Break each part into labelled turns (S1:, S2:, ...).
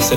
S1: C'est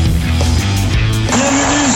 S2: Bienvenue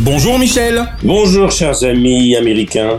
S3: Bonjour Michel
S4: Bonjour chers amis américains.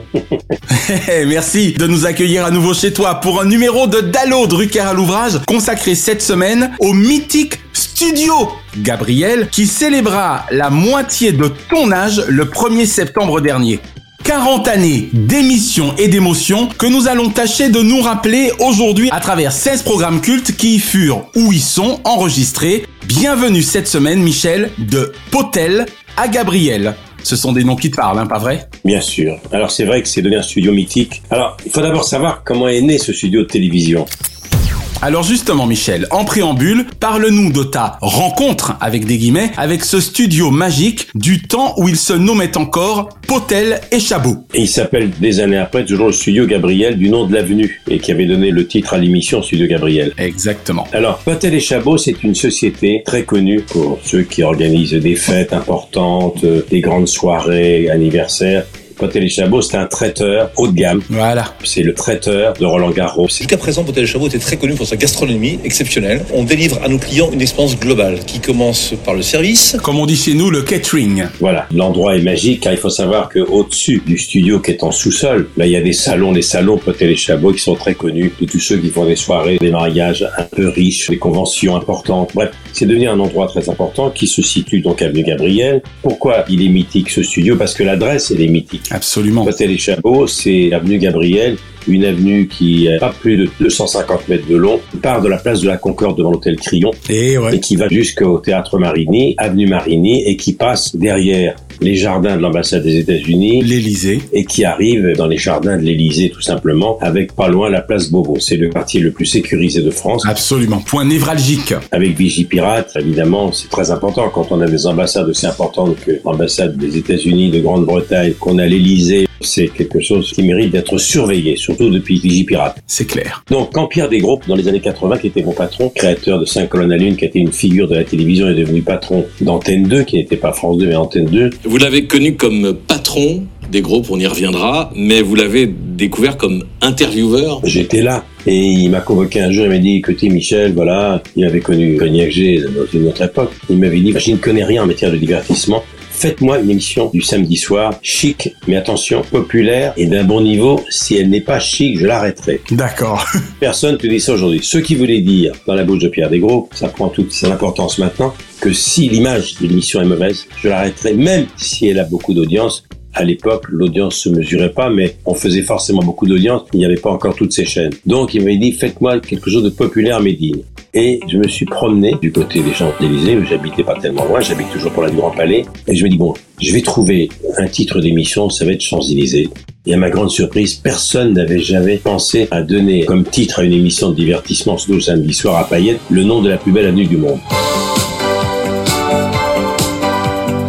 S3: Hey, Merci de nous accueillir à nouveau chez toi pour un numéro de Dallo Drucker à l'ouvrage consacré cette semaine au mythique studio Gabriel qui célébra la moitié de ton âge le 1er septembre dernier. 40 années d'émissions et d'émotions que nous allons tâcher de nous rappeler aujourd'hui à travers 16 programmes cultes qui y furent ou y sont enregistrés. Bienvenue cette semaine Michel de Potel à Gabriel. Ce sont des noms qui te parlent, hein, pas vrai
S4: Bien sûr. Alors c'est vrai que c'est devenu un studio mythique. Alors il faut d'abord savoir comment est né ce studio de télévision.
S3: Alors justement Michel, en préambule, parle-nous de ta rencontre, avec des guillemets, avec ce studio magique du temps où il se nommait encore Potel et Chabot.
S4: Et il s'appelle des années après toujours le studio Gabriel du nom de l'avenue et qui avait donné le titre à l'émission Studio Gabriel.
S3: Exactement.
S4: Alors, Patel et Chabot, c'est une société très connue pour ceux qui organisent des fêtes importantes, euh, des grandes soirées, anniversaires. Patel et Chabot, c'est un traiteur haut de gamme.
S3: Voilà.
S4: C'est le traiteur de Roland Garros. C'est-
S5: Jusqu'à présent, Potel Chabot était très connu pour sa gastronomie exceptionnelle. On délivre à nos clients une expérience globale qui commence par le service.
S3: Comme on dit chez nous, le catering.
S4: Voilà, l'endroit est magique car il faut savoir que au-dessus du studio qui est en sous-sol, là il y a des salons, des salons Potel et Chabot qui sont très connus de tous ceux qui font des soirées, des mariages un peu riches, des conventions importantes. Bref, c'est devenu un endroit très important qui se situe donc avenue Gabriel. Pourquoi il est mythique ce studio Parce que l'adresse elle est mythique.
S3: Absolument.
S4: Potel et Chabot, c'est avenue Gabriel. Une avenue qui a pas plus de 250 mètres de long, qui part de la place de la Concorde devant l'hôtel Crillon
S3: Et Eh ouais.
S4: et qui va jusqu'au théâtre Marigny, avenue Marigny, et qui passe derrière les jardins de l'ambassade des États-Unis
S3: L'Elysée.
S4: et qui arrive dans les jardins de l'Élysée tout simplement, avec pas loin la place Beauvau. C'est le quartier le plus sécurisé de France.
S3: Ah. Absolument. Point névralgique.
S4: Avec Vigipirate, évidemment, c'est très important. Quand on a des ambassades aussi importantes que l'ambassade des États-Unis, de Grande-Bretagne, qu'on a l'Élysée, c'est quelque chose qui mérite d'être surveillé, surtout depuis Vigipirate.
S3: C'est clair.
S4: Donc, quand Pierre Desgroupes, dans les années 80, qui était mon patron, créateur de 5 colonnes à lune, qui était une figure de la télévision, est devenu patron d'Antenne 2, qui n'était pas France 2, mais Antenne 2,
S6: Vous l'avez connu comme patron des groupes, on y reviendra, mais vous l'avez découvert comme intervieweur.
S4: j'étais là. Et il m'a convoqué un jour, il m'a dit, écoutez, Michel, voilà, il avait connu Cognac G dans une autre époque. Il m'avait dit, je ne connais rien en matière de divertissement. Faites-moi une émission du samedi soir, chic, mais attention, populaire et d'un bon niveau. Si elle n'est pas chic, je l'arrêterai.
S3: D'accord.
S4: Personne te dit ça aujourd'hui. Ce qui voulait dire, dans la bouche de Pierre Desgros, ça prend toute son importance maintenant, que si l'image de l'émission est mauvaise, je l'arrêterai, même si elle a beaucoup d'audience. À l'époque, l'audience se mesurait pas, mais on faisait forcément beaucoup d'audience. Il n'y avait pas encore toutes ces chaînes. Donc, il m'avait dit, faites-moi quelque chose de populaire mais digne. Et je me suis promené du côté des Champs-Élysées, où j'habitais pas tellement loin, j'habite toujours pour la du Grand Palais, et je me dis, bon, je vais trouver un titre d'émission, ça va être Champs-Élysées. Et à ma grande surprise, personne n'avait jamais pensé à donner comme titre à une émission de divertissement, surtout le samedi soir à Payette, le nom de la plus belle avenue du monde.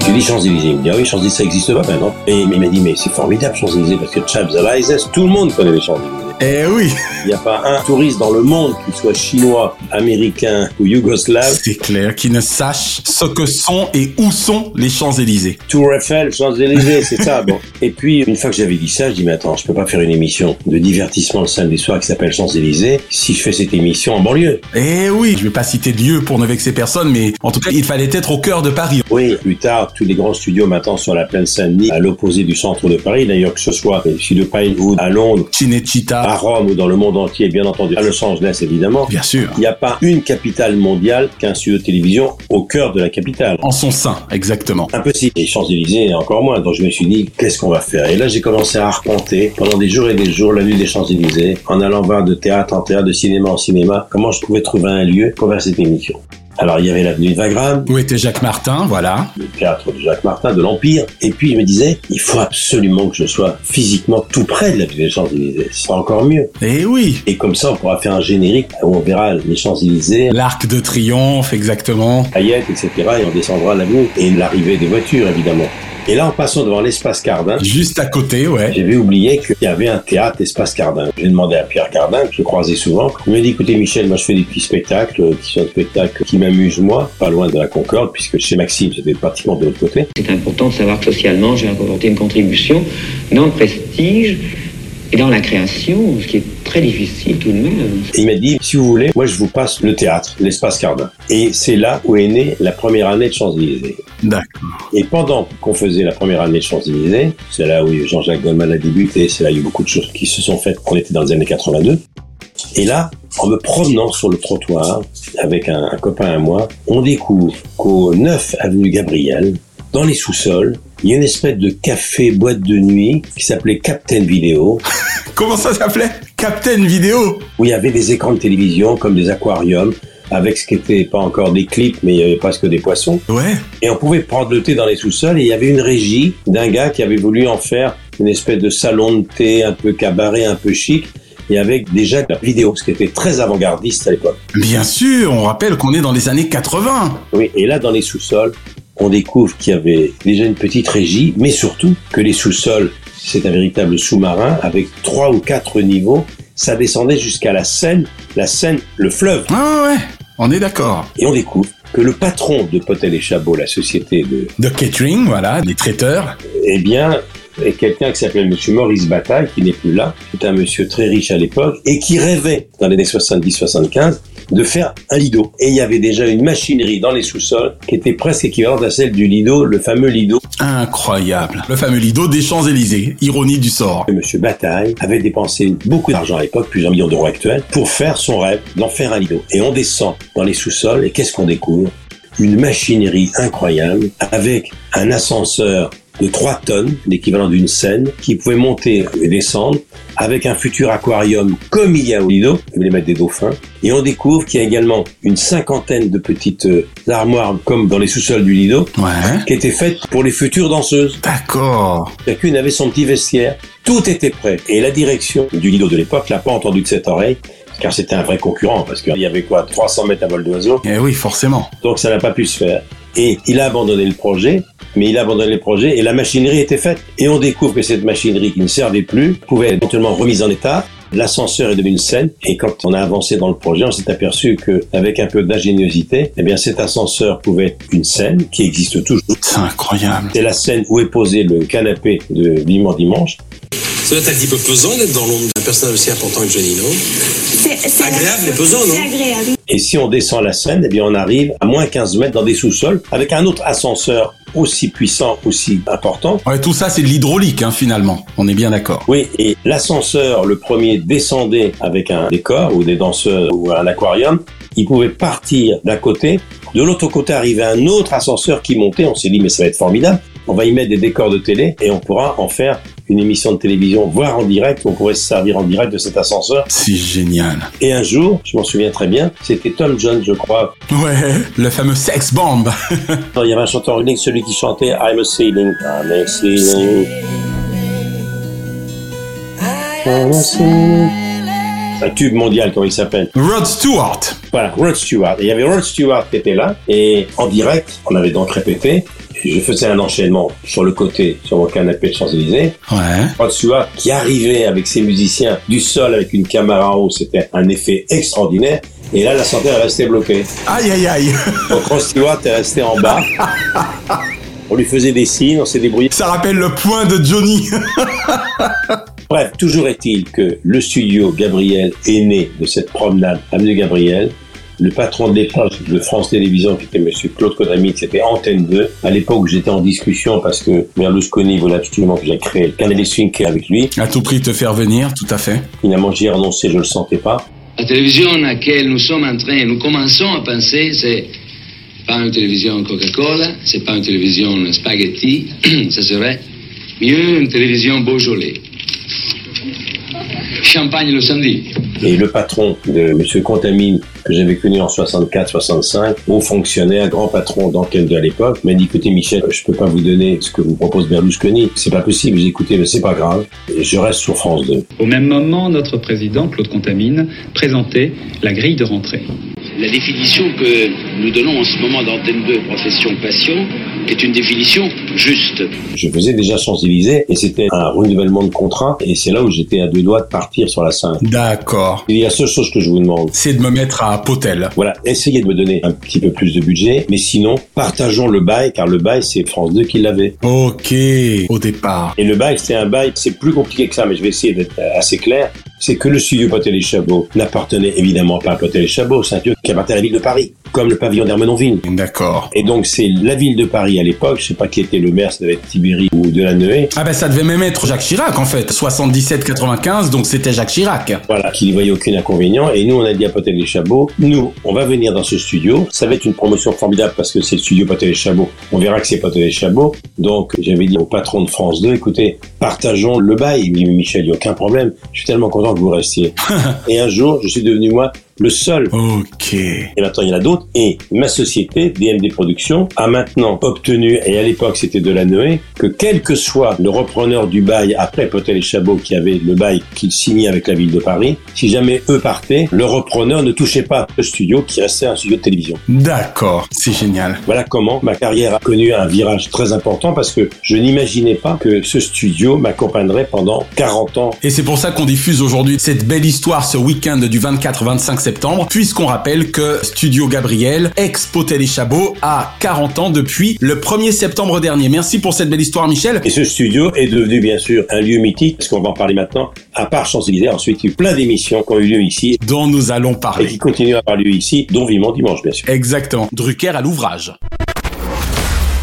S4: J'ai dit Champs-Élysées. Il me dit, ah oui, Champs-Élysées, ça existe pas maintenant. Et il m'a dit, mais c'est formidable, Champs-Élysées, parce que Chaps Alizes, tout le monde connaît les Champs-Élysées.
S3: Eh oui
S4: Il n'y a pas un touriste dans le monde, qu'il soit chinois, américain ou yougoslave,
S3: C'est clair, qui ne sache ce que sont et où sont les Champs-Élysées.
S4: Tour Eiffel, Champs-Élysées, c'est ça. Bon. Et puis, une fois que j'avais dit ça, je dis, mais attends, je peux pas faire une émission de divertissement le samedi soir qui s'appelle Champs-Élysées si je fais cette émission en banlieue.
S3: Eh oui, je vais pas citer de lieu pour ne vexer personne, mais en tout cas, il fallait être au cœur de Paris.
S4: Oui, plus tard, tous les grands studios maintenant sur la plaine Saint-Denis, à l'opposé du centre de Paris, d'ailleurs que ce soit ici de Pinewood, à Londres,
S3: Cinecittà,
S4: à Rome ou dans le monde entier, bien entendu, à Los Angeles évidemment,
S3: bien sûr.
S4: il n'y a pas une capitale mondiale qu'un studio de télévision au cœur de la capitale.
S3: En son sein, exactement.
S4: Impossible. Les Champs-Élysées, encore moins. Donc je me suis dit, qu'est-ce qu'on va faire Et là, j'ai commencé à arpenter pendant des jours et des jours la nuit des Champs-Élysées, en allant voir de théâtre en théâtre, de cinéma en cinéma, comment je pouvais trouver un lieu pour faire cette émission. Alors, il y avait l'avenue de Wagram,
S3: Où était Jacques Martin, voilà.
S4: le théâtre de Jacques Martin, de l'Empire. Et puis, je me disais, il faut absolument que je sois physiquement tout près de la des Champs-Élysées. Ce sera encore mieux.
S3: Eh oui
S4: Et comme ça, on pourra faire un générique où on verra les Champs-Élysées,
S3: L'Arc de Triomphe, exactement.
S4: Hayek, etc. Et on descendra l'avenue. Et l'arrivée des voitures, évidemment. Et là, en passant devant l'espace Cardin,
S3: Juste à côté, ouais.
S4: J'avais oublié qu'il y avait un théâtre Espace Cardin. J'ai demandé à Pierre Cardin, que je croisais souvent. Il m'a dit, écoutez, Michel, moi, je fais des petits spectacles, euh, qui sont des spectacles qui m'amusent, moi, pas loin de la Concorde, puisque chez Maxime, c'était pratiquement de l'autre côté.
S7: C'est important de savoir que socialement, j'ai apporté une contribution dans le prestige et dans la création, ce qui est très difficile tout de même.
S4: Et il m'a dit, si vous voulez, moi, je vous passe le théâtre, l'espace Cardin. Et c'est là où est née la première année de Champs-Élysées.
S3: D'accord.
S4: Et pendant qu'on faisait la première année de Champs-Élysées, c'est là où Jean-Jacques Goldman a débuté, c'est là où il y a eu beaucoup de choses qui se sont faites, on était dans les années 82. Et là, en me promenant sur le trottoir avec un, un copain à moi, on découvre qu'au 9 avenue Gabriel, dans les sous-sols, il y a une espèce de café boîte de nuit qui s'appelait Captain Vidéo,
S3: Comment ça s'appelait Captain Vidéo
S4: où il y avait des écrans de télévision comme des aquariums, avec ce qui n'était pas encore des clips, mais il y avait presque des poissons.
S3: Ouais.
S4: Et on pouvait prendre le thé dans les sous-sols et il y avait une régie d'un gars qui avait voulu en faire une espèce de salon de thé un peu cabaret, un peu chic et avec déjà de la vidéo, ce qui était très avant-gardiste à l'époque.
S3: Bien sûr, on rappelle qu'on est dans les années 80.
S4: Oui, et là, dans les sous-sols, on découvre qu'il y avait déjà une petite régie, mais surtout que les sous-sols, c'est un véritable sous-marin avec trois ou quatre niveaux. Ça descendait jusqu'à la Seine, la Seine, le fleuve.
S3: Ah ouais, on est d'accord.
S4: Et on découvre que le patron de Potel et Chabot, la société de
S3: De catering, voilà, les traiteurs.
S4: eh bien, est quelqu'un qui s'appelait Monsieur Maurice Bataille, qui n'est plus là, qui est un monsieur très riche à l'époque, et qui rêvait, dans les années 70-75, de faire un lido. Et il y avait déjà une machinerie dans les sous-sols qui était presque équivalente à celle du lido, le fameux lido.
S3: Incroyable. Le fameux lido des Champs-Élysées, ironie du sort.
S4: Et Monsieur Bataille avait dépensé beaucoup d'argent à l'époque, plusieurs millions d'euros actuels, pour faire son rêve d'en faire un lido. Et on descend dans les sous-sols, et qu'est-ce qu'on découvre Une machinerie incroyable, avec un ascenseur de 3 tonnes, l'équivalent d'une Seine, qui pouvait monter et descendre, avec un futur aquarium comme il y a au Lido, il voulait mettre des dauphins, et on découvre qu'il y a également une cinquantaine de petites euh, armoires, comme dans les sous-sols du Lido,
S3: Ouais.
S4: qui étaient faites pour les futures danseuses.
S3: D'accord.
S4: Chacune avait son petit vestiaire. Tout était prêt. Et la direction du Lido de l'époque l'a pas entendu de cette oreille, car c'était un vrai concurrent, parce qu'il y avait quoi, 300 mètres à vol d'oiseau,
S3: Eh oui, forcément.
S4: donc ça n'a pas pu se faire. Et il a abandonné le projet, mais il a abandonné le projet et la machinerie était faite. Et on découvre que cette machinerie qui ne servait plus pouvait être éventuellement remise en état. L'ascenseur est devenu une scène et quand on a avancé dans le projet, on s'est aperçu que, avec un peu d'ingéniosité, eh bien, cet ascenseur pouvait être une scène qui existe toujours.
S3: C'est incroyable.
S4: C'est la scène où est posé le canapé de Vivement Dimanche.
S1: Ça doit être un petit peu pesant d'être dans l'ombre d'un personnage aussi important que Johnny, non
S8: C'est
S1: Agréable, mais pesant, non
S8: agréable.
S4: Et si on descend la Seine, eh bien on arrive à moins 15 mètres dans des sous-sols avec un autre ascenseur aussi puissant, aussi important.
S3: Ouais, tout ça, c'est de l'hydraulique, hein, finalement. On est bien d'accord.
S4: Oui, et l'ascenseur, le premier, descendait avec un décor ou des danseurs ou un aquarium. Il pouvait partir d'un côté. De l'autre côté arrivait un autre ascenseur qui montait. On s'est dit, mais ça va être formidable. On va y mettre des décors de télé et on pourra en faire une émission de télévision, voire en direct. On pourrait se servir en direct de cet ascenseur.
S3: C'est génial.
S4: Et un jour, je m'en souviens très bien, c'était Tom Jones, je crois,
S3: Ouais, le fameux sex bomb.
S4: Non, il y avait un chanteur unique, celui qui chantait I'm a ceiling. I'm a ceiling. I'm a ceiling. Un tube mondial, comment il s'appelle.
S3: Rod Stewart.
S4: Voilà, Rod Stewart. Et il y avait Rod Stewart qui était là. Et en direct, on avait donc répété. Je faisais un enchaînement sur le côté, sur mon canapé de Champs-Élysées.
S3: Ouais.
S4: Matsua, qui arrivait avec ses musiciens du sol avec une caméra en haut, c'était un effet extraordinaire. Et là, la santé est restée bloquée.
S3: Aïe, aïe, aïe.
S4: Donc, Rod Stewart est resté en bas. On lui faisait des signes, on s'est débrouillé.
S3: Ça rappelle le point de Johnny.
S4: Bref, toujours est-il que le studio Gabriel est né de cette promenade avenue Gabriel. Le patron de l'époque de France Télévisions, qui était Monsieur Claude Codramide, c'était Antenne 2. À l'époque, j'étais en discussion parce que Berlusconi voulait absolument que j'ai créé le Canal Swinker avec lui.
S3: À tout prix te faire venir, tout à fait.
S4: Finalement, j'y ai renoncé, je le sentais pas.
S8: La télévision à laquelle nous sommes en train, nous commençons à penser, c'est pas une télévision Coca-Cola, c'est pas une télévision spaghetti, ça serait mieux une télévision Beaujolais. Champagne le samedi.
S4: Et le patron de Monsieur Contamine, que j'avais connu en 64-65, haut fonctionnaire, grand patron d'Antenne 2 à l'époque, m'a dit, écoutez Michel, je peux pas vous donner ce que vous propose Berlusconi, c'est pas possible, j'ai écouté, mais c'est pas grave, et je reste sur France 2.
S9: Au même moment, notre président, Claude Contamine, présentait la grille de rentrée.
S10: La définition que nous donnons en ce moment d'antenne 2 profession passion est une définition juste.
S4: Je faisais déjà Champs-Élysées et c'était un renouvellement de contrat et c'est là où j'étais à deux doigts de partir sur la scène.
S3: D'accord.
S4: Il y a seule chose que je vous demande.
S3: C'est de me mettre à Potel.
S4: Voilà, essayez de me donner un petit peu plus de budget, mais sinon, partageons le bail car le bail c'est France 2 qui l'avait.
S3: Ok, au départ.
S4: Et le bail c'est un bail, c'est plus compliqué que ça, mais je vais essayer d'être euh, assez clair. C'est que le studio Potel et Chabot n'appartenait évidemment pas à Potel et Chabot, c'est un lieu qui appartient à la ville de Paris, comme le pavillon d'Hermenonville.
S3: D'accord.
S4: Et donc, c'est la ville de Paris à l'époque, je sais pas qui était le maire, ça devait être Tibéri ou Delanoë.
S3: Ah ben ça devait même être Jacques Chirac en fait, 77-95, donc c'était Jacques Chirac.
S4: Voilà, qui n'y voyait aucun inconvénient. Et nous, on a dit à Potel et Chabot, nous, on va venir dans ce studio. Ça va être une promotion formidable parce que c'est le studio Potel et Chabot. On verra que c'est Potel et Chabot. Donc, j'avais dit au patron de France 2, écoutez, partageons le bail. Il me dit, Michel, il n'y a aucun problème. Je suis tellement content que vous restiez. et un jour, je suis devenu, moi, le seul.
S3: Ok.
S4: Et maintenant, il y en a d'autres. Et ma société, DMD Productions, a maintenant obtenu, et à l'époque, c'était de la Noé, que quel que soit le repreneur du bail après Potel et Chabot qui avait le bail qu'il signait avec la ville de Paris, si jamais eux partaient, le repreneur ne touchait pas le studio qui restait un studio de télévision.
S3: D'accord. C'est génial.
S4: Voilà comment ma carrière a connu un virage très important parce que je n'imaginais pas que ce studio m'accompagnerait pendant 40 ans.
S3: Et c'est pour ça qu'on diffuse aujourd'hui cette belle histoire ce week-end du 24-25 septembre, puisqu'on rappelle que Studio Gabriel, Expo Télé Chabot, a 40 ans depuis le 1er septembre dernier. Merci pour cette belle histoire, Michel.
S4: Et ce studio est devenu, bien sûr, un lieu mythique, parce qu'on va en parler maintenant, à part Champs-Élysées. Ensuite, il y a eu plein d'émissions qui ont eu lieu ici.
S3: Dont nous allons parler.
S4: Et qui continuent à avoir lieu ici, dont Vivement Dimanche, bien sûr.
S3: Exactement. Drucker à l'ouvrage.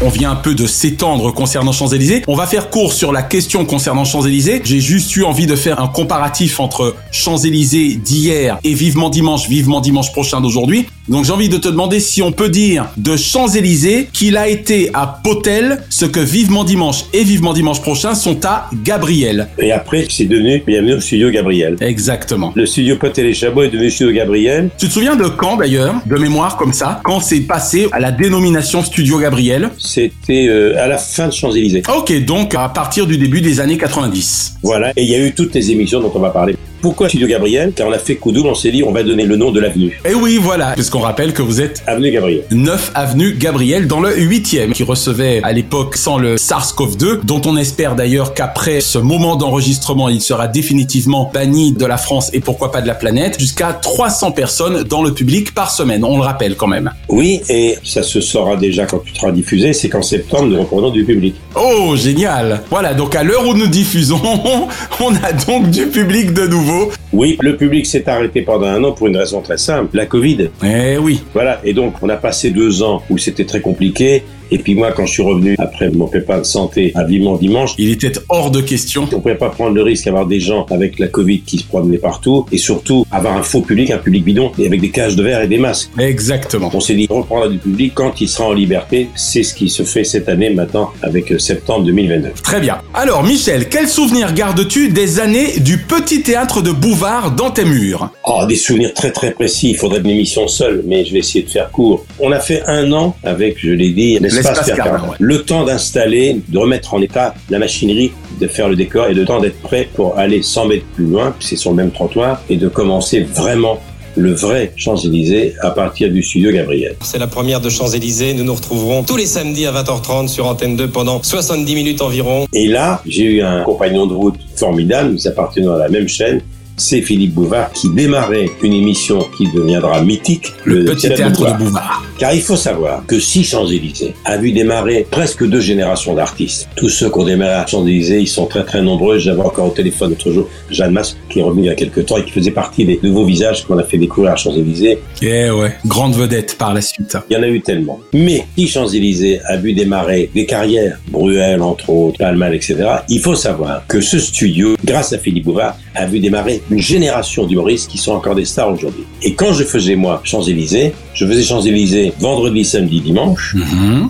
S3: On vient un peu de s'étendre concernant Champs-Élysées. On va faire court sur la question concernant Champs-Élysées. J'ai juste eu envie de faire un comparatif entre Champs-Élysées d'hier et Vivement Dimanche, Vivement Dimanche prochain d'aujourd'hui. Donc j'ai envie de te demander si on peut dire de Champs-Élysées qu'il a été à Potel ce que Vivement Dimanche et Vivement Dimanche prochain sont à Gabriel.
S4: Et après, c'est devenu Bienvenue au studio Gabriel.
S3: Exactement.
S4: Le studio Potel et Chabot est devenu studio Gabriel.
S3: Tu te souviens de quand d'ailleurs, de mémoire comme ça, quand c'est passé à la dénomination studio Gabriel
S4: c'était euh, à la fin de Champs-Élysées.
S3: Ok, donc à partir du début des années 90.
S4: Voilà, et il y a eu toutes les émissions dont on va parler. Pourquoi Studio Gabriel Car on a fait coup double, on s'est dit on va donner le nom de l'avenue.
S3: Et Eh oui, voilà, puisqu'on rappelle que vous êtes
S4: Avenue Gabriel.
S3: 9 Avenue Gabriel dans le 8e, qui recevait à l'époque sans le SARS-CoV-2, dont on espère d'ailleurs qu'après ce moment d'enregistrement, il sera définitivement banni de la France et pourquoi pas de la planète, jusqu'à 300 personnes dans le public par semaine, on le rappelle quand même.
S4: Oui, et ça se saura déjà quand tu seras diffusé, c'est qu'en septembre, nous reprenons du public.
S3: Oh, génial Voilà, donc à l'heure où nous diffusons, on a donc du public de nouveau.
S4: Oui, le public s'est arrêté pendant un an pour une raison très simple, la Covid.
S3: Eh oui.
S4: Voilà, et donc on a passé deux ans où c'était très compliqué. Et puis moi, quand je suis revenu après mon pépin de santé à Vivement Dimanche,
S3: il était hors de question.
S4: On pouvait pas prendre le risque d'avoir des gens avec la Covid qui se promenaient partout et surtout avoir un faux public, un public bidon et avec des cages de verre et des masques.
S3: Exactement.
S4: On s'est dit reprendre du public quand il sera en liberté. C'est ce qui se fait cette année maintenant avec euh, septembre 2029.
S3: Très bien. Alors Michel, quel souvenir gardes-tu des années du petit théâtre de Bouvard dans tes murs
S4: Oh, des souvenirs très très précis. Il faudrait une émission seule, mais je vais essayer de faire court. On a fait un an avec, je l'ai dit,
S3: L'espace Cardin, ouais.
S4: Le temps d'installer, de remettre en état la machinerie, de faire le décor et le temps d'être prêt pour aller 100 mètres plus loin, c'est sur le même trottoir, et de commencer vraiment le vrai Champs-Élysées à partir du studio Gabriel.
S1: C'est la première de Champs-Élysées. Nous nous retrouverons tous les samedis à 20h30 sur Antenne 2 pendant 70 minutes environ.
S4: Et là, j'ai eu un compagnon de route formidable, nous appartenons à la même chaîne. C'est Philippe Bouvard qui démarrait une émission qui deviendra mythique, Euh,
S3: le, petit théâtre de Bouvard.
S4: Car il faut savoir que si Champs-Élysées a vu démarrer presque deux générations d'artistes, tous ceux qui ont démarré à Champs-Élysées, ils sont très très nombreux. J'avais encore au téléphone l'autre jour Jeanne Masse, qui est revenue il y a quelques temps et qui faisait partie des nouveaux visages qu'on a fait découvrir à Champs-Élysées.
S3: Eh ouais, grande vedette par la suite.
S4: Il y en a eu tellement. Mais si Champs-Élysées a vu démarrer des carrières, Bruel entre autres, Palmal, etc., il faut savoir que ce studio, grâce à Philippe Bouvard, a vu démarrer une génération d'humoristes qui sont encore des stars aujourd'hui. Et quand je faisais moi Champs-Élysées, je faisais Champs-Élysées vendredi, samedi, dimanche.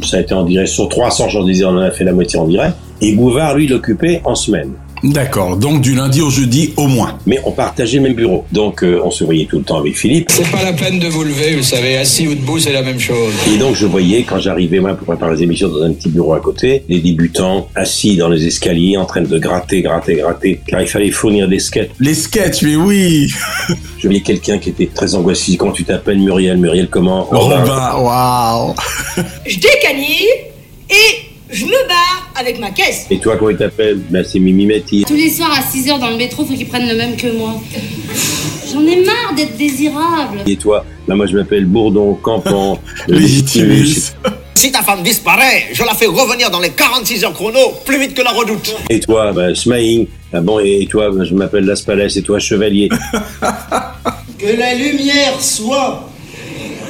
S4: Ça a été en direct sur 300 Champs-Élysées, on en a fait la moitié en direct. Et Bouvard, lui, l'occupait en semaine.
S3: D'accord, donc du lundi au jeudi au moins.
S4: Mais on partageait le même bureau. Donc euh, on se voyait tout le temps avec Philippe.
S11: C'est pas la peine de vous lever, vous savez, assis ou debout, c'est la même chose.
S4: Et donc je voyais, quand j'arrivais moi pour préparer les émissions dans un petit bureau à côté, les débutants assis dans les escaliers en train de gratter, gratter, gratter, car il fallait fournir des sketchs.
S3: Les sketchs, mais oui
S4: Je voyais quelqu'un qui était très angoissé. Comment tu t'appelles Muriel Muriel comment
S3: Robin, waouh
S12: Je décanille et je me barre avec ma caisse.
S4: Et toi, comment il t'appelle Ben, c'est Mimi Mati.
S13: Tous les soirs à 6h dans le métro, faut qu'ils prennent le même que moi. J'en ai marre d'être désirable.
S4: Et toi Ben, moi, je m'appelle Bourdon, Campan,
S3: Légitimus.
S14: Si ta femme disparaît, je la fais revenir dans les 46 heures chrono, plus vite que la redoute.
S4: Et toi Ben, Smaïn. Ah bon, et toi ben, Je m'appelle Laspalès, et toi, Chevalier.
S15: Que la lumière soit.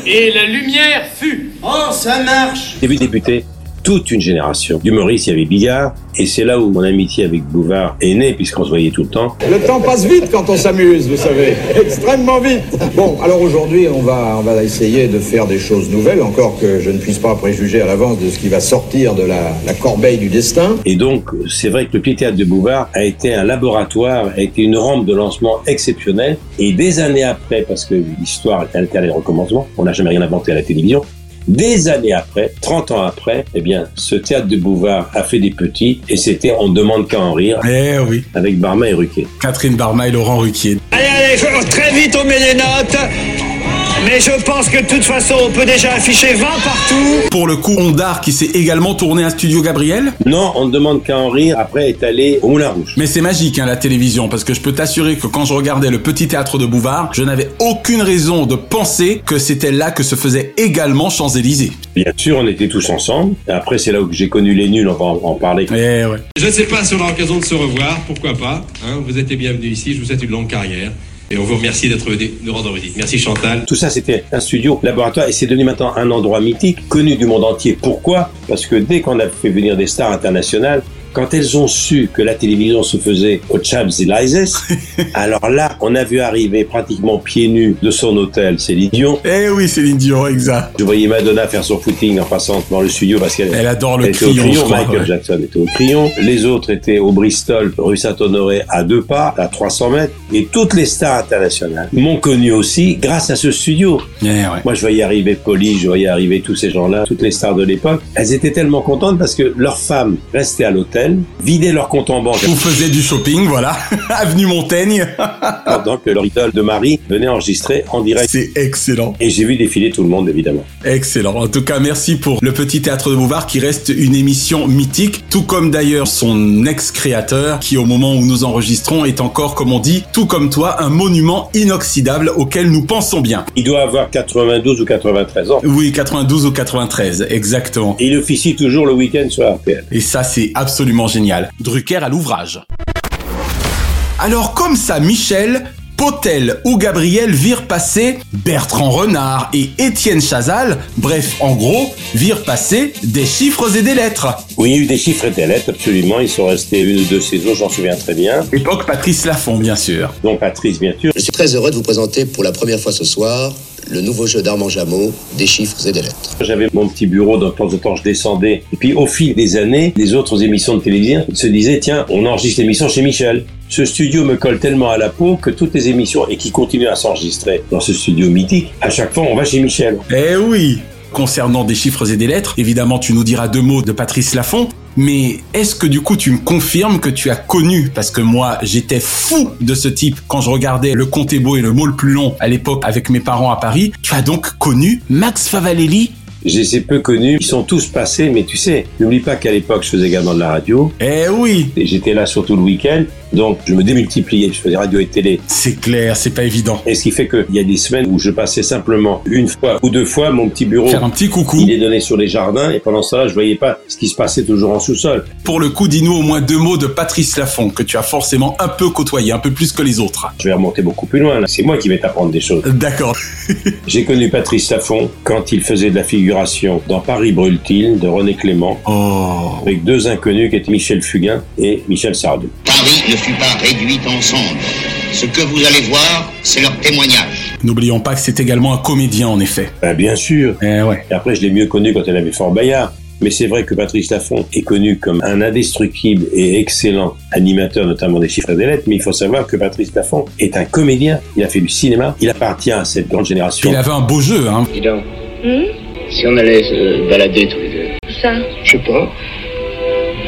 S16: Et la lumière fut.
S15: Oh, ça marche.
S4: J'ai vu débuter toute une génération. D'humoristes, il y avait Bigard, et c'est là où mon amitié avec Bouvard est née, puisqu'on se voyait tout le temps.
S17: Le temps passe vite quand on s'amuse, vous savez. Extrêmement vite. Bon, alors aujourd'hui, on va, on va essayer de faire des choses nouvelles, encore que je ne puisse pas préjuger à l'avance de ce qui va sortir de la, la corbeille du destin.
S4: Et donc, c'est vrai que le petit théâtre de Bouvard a été un laboratoire, a été une rampe de lancement exceptionnelle. Et des années après, parce que l'histoire est alternée au recommencement, on n'a jamais rien inventé à la télévision, des années après, 30 ans après, eh bien, ce théâtre de Bouvard a fait des petits et c'était On ne demande qu'à en rire.
S3: Eh oui.
S4: Avec Barma et Ruquier.
S3: Catherine Barma et Laurent Ruquier.
S18: Allez, allez, je- très vite on met les notes. Mais je pense que de toute façon on peut déjà afficher 20 partout.
S3: Pour le coup, Ondar qui s'est également tourné à Studio Gabriel.
S4: Non, on ne demande qu'à en rire, après est allé au Moulin Rouge.
S3: Mais c'est magique hein, la télévision parce que je peux t'assurer que quand je regardais le petit théâtre de Bouvard, je n'avais aucune raison de penser que c'était là que se faisait également Champs-Élysées.
S4: Bien sûr, on était tous ensemble. Et après, c'est là où j'ai connu les nuls, on va en, en parler.
S3: Eh ouais.
S19: Je ne sais pas si on aura l'occasion de se revoir, pourquoi pas. hein, vous êtes les bienvenus ici, je vous souhaite une longue carrière. Et on vous remercie d'être venu nous rendre visite. Merci Chantal.
S4: Tout ça, c'était un studio, laboratoire, et c'est devenu maintenant un endroit mythique, connu du monde entier. Pourquoi Parce que dès qu'on a fait venir des stars internationales, quand elles ont su que la télévision se faisait au Chaps Elises, alors là, on a vu arriver pratiquement pieds nus de son hôtel Céline Dion.
S3: Eh oui, c'est l'idiot, exact.
S4: Je voyais Madonna faire son footing en passant devant le studio parce qu'elle
S3: Elle adore le
S4: elle était au
S3: crayon, je crois,
S4: Michael
S3: ouais.
S4: Jackson était au crayon. Les autres étaient au Bristol, rue Saint-Honoré, à deux pas, à 300 mètres. Et toutes les stars internationales m'ont connu aussi grâce à ce studio.
S3: Eh ouais.
S4: Moi, je voyais arriver Polly, je voyais arriver tous ces gens-là, toutes les stars de l'époque. Elles étaient tellement contentes parce que leurs femmes restaient à l'hôtel, vidaient leur compte en banque
S3: Vous faisiez du shopping, voilà. Avenue Montaigne.
S4: pendant que leur idole de mari venait enregistrer en direct.
S3: C'est excellent.
S4: Et j'ai vu défiler tout le monde, évidemment.
S3: Excellent. En tout cas, merci pour le petit théâtre de Bouvard qui reste une émission mythique, tout comme d'ailleurs son ex-créateur qui, au moment où nous enregistrons, est encore, comme on dit, tout comme toi, un monument inoxydable auquel nous pensons bien.
S4: Il doit avoir 92 ou 93 ans.
S3: Oui, 92 ou 93, exactement.
S4: Et il officie toujours le week-end sur RTL.
S3: Et ça, c'est absolument génial. Drucker à l'ouvrage. Alors, comme ça, Michel, Potel ou Gabriel virent passer Bertrand Renard et Étienne Chazal, bref, en gros, virent passer des chiffres et des lettres.
S4: Oui, il y a eu des chiffres et des lettres, absolument. Ils sont restés une ou deux saisons, j'en souviens très bien.
S3: Époque Patrice Laffont, bien sûr.
S4: Donc Patrice, bien sûr.
S20: Je suis très heureux de vous présenter pour la première fois ce soir le nouveau jeu d'Armand Jameau, des chiffres et des lettres.
S4: J'avais mon petit bureau, donc de temps en temps, je descendais. Et puis, au fil des années, les autres émissions de télévision se disaient, tiens, on enregistre l'émission chez Michel. Ce studio me colle tellement à la peau que toutes les émissions, et qui continuent à s'enregistrer dans ce studio mythique, à chaque fois, on va chez Michel.
S3: Eh oui Concernant des chiffres et des lettres, évidemment tu nous diras deux mots de Patrice Laffont, Mais est-ce que du coup tu me confirmes que tu as connu Parce que moi j'étais fou de ce type quand je regardais Le Comte est beau et le mot le plus long à l'époque avec mes parents à Paris. Tu as donc connu Max Favalelli
S4: Je les ai peu connus. Ils sont tous passés, mais tu sais, n'oublie pas qu'à l'époque, je faisais également de la radio.
S3: Eh oui
S4: Et j'étais là surtout le week-end. Donc, je me démultipliais, je faisais radio et télé.
S3: C'est clair, c'est pas évident.
S4: Et ce qui fait qu'il y a des semaines où je passais simplement une fois ou deux fois mon petit bureau.
S3: Faire un petit coucou.
S4: Oh. Il est donné sur les jardins et pendant cela, je voyais pas ce qui se passait toujours en sous-sol.
S3: Pour le coup, dis-nous au moins deux mots de Patrice Laffont, que tu as forcément un peu côtoyé, un peu plus que les autres.
S4: Je vais remonter beaucoup plus loin, là. C'est moi qui vais t'apprendre des choses.
S3: D'accord.
S4: J'ai connu Patrice Laffont quand il faisait de la figuration dans Paris brûle-t-il de René Clément.
S3: Oh.
S4: Avec deux inconnus qui étaient Michel Fugain et Michel Sardou.
S21: Paris ne fut pas réduite ensemble. Ce que vous allez voir, c'est leur témoignage.
S3: N'oublions pas que c'est également un comédien, en effet.
S4: Ben, bien sûr.
S3: Eh ouais.
S4: Et après, je l'ai mieux connu quand elle avait Fort Bayard. Mais c'est vrai que Patrice Laffont est connu comme un indestructible et excellent animateur, notamment des chiffres et des lettres. Mais il faut savoir que Patrice Laffont est un comédien. Il a fait du cinéma. Il appartient à cette grande génération.
S3: Il avait un beau jeu, hein.
S22: Dis donc, si on allait se balader tous les deux.
S23: Ça
S22: Je sais pas.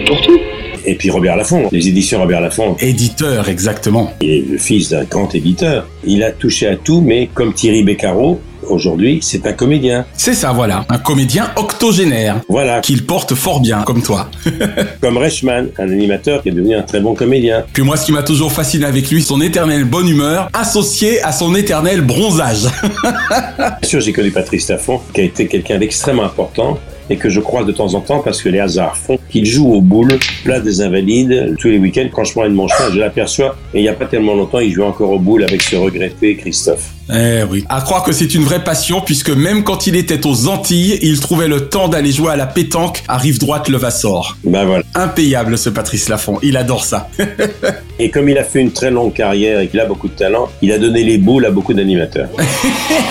S22: Pour tout.
S4: Et puis Robert Laffont, les éditions Robert Laffont.
S3: Éditeur, exactement.
S4: Il est le fils d'un grand éditeur. Il a touché à tout, mais comme Thierry Beccaro, aujourd'hui, c'est un comédien.
S3: C'est ça, voilà. Un comédien octogénaire.
S4: Voilà.
S3: Qu'il porte fort bien, comme toi.
S4: Comme Reichmann, un animateur qui est devenu un très bon comédien.
S3: Puis moi, ce qui m'a toujours fasciné avec lui, son éternelle bonne humeur, associée à son éternel bronzage.
S4: Bien sûr, j'ai connu Patrice Laffont, qui a été quelqu'un d'extrêmement important et que je croise de temps en temps parce que les hasards font qu'il joue aux boules, place des Invalides, tous les week-ends. Quand je prends mon chemin, je l'aperçois. Et il n'y a pas tellement longtemps, il joue encore aux boules avec ce regretté Christophe.
S3: Eh oui. À croire que c'est une vraie passion puisque même quand il était aux Antilles, il trouvait le temps d'aller jouer à la pétanque à rive droite Levassor.
S4: Ben voilà.
S3: Impayable ce Patrice Laffont. Il adore ça.
S4: Et comme il a fait une très longue carrière et qu'il a beaucoup de talent, il a donné les boules à beaucoup d'animateurs.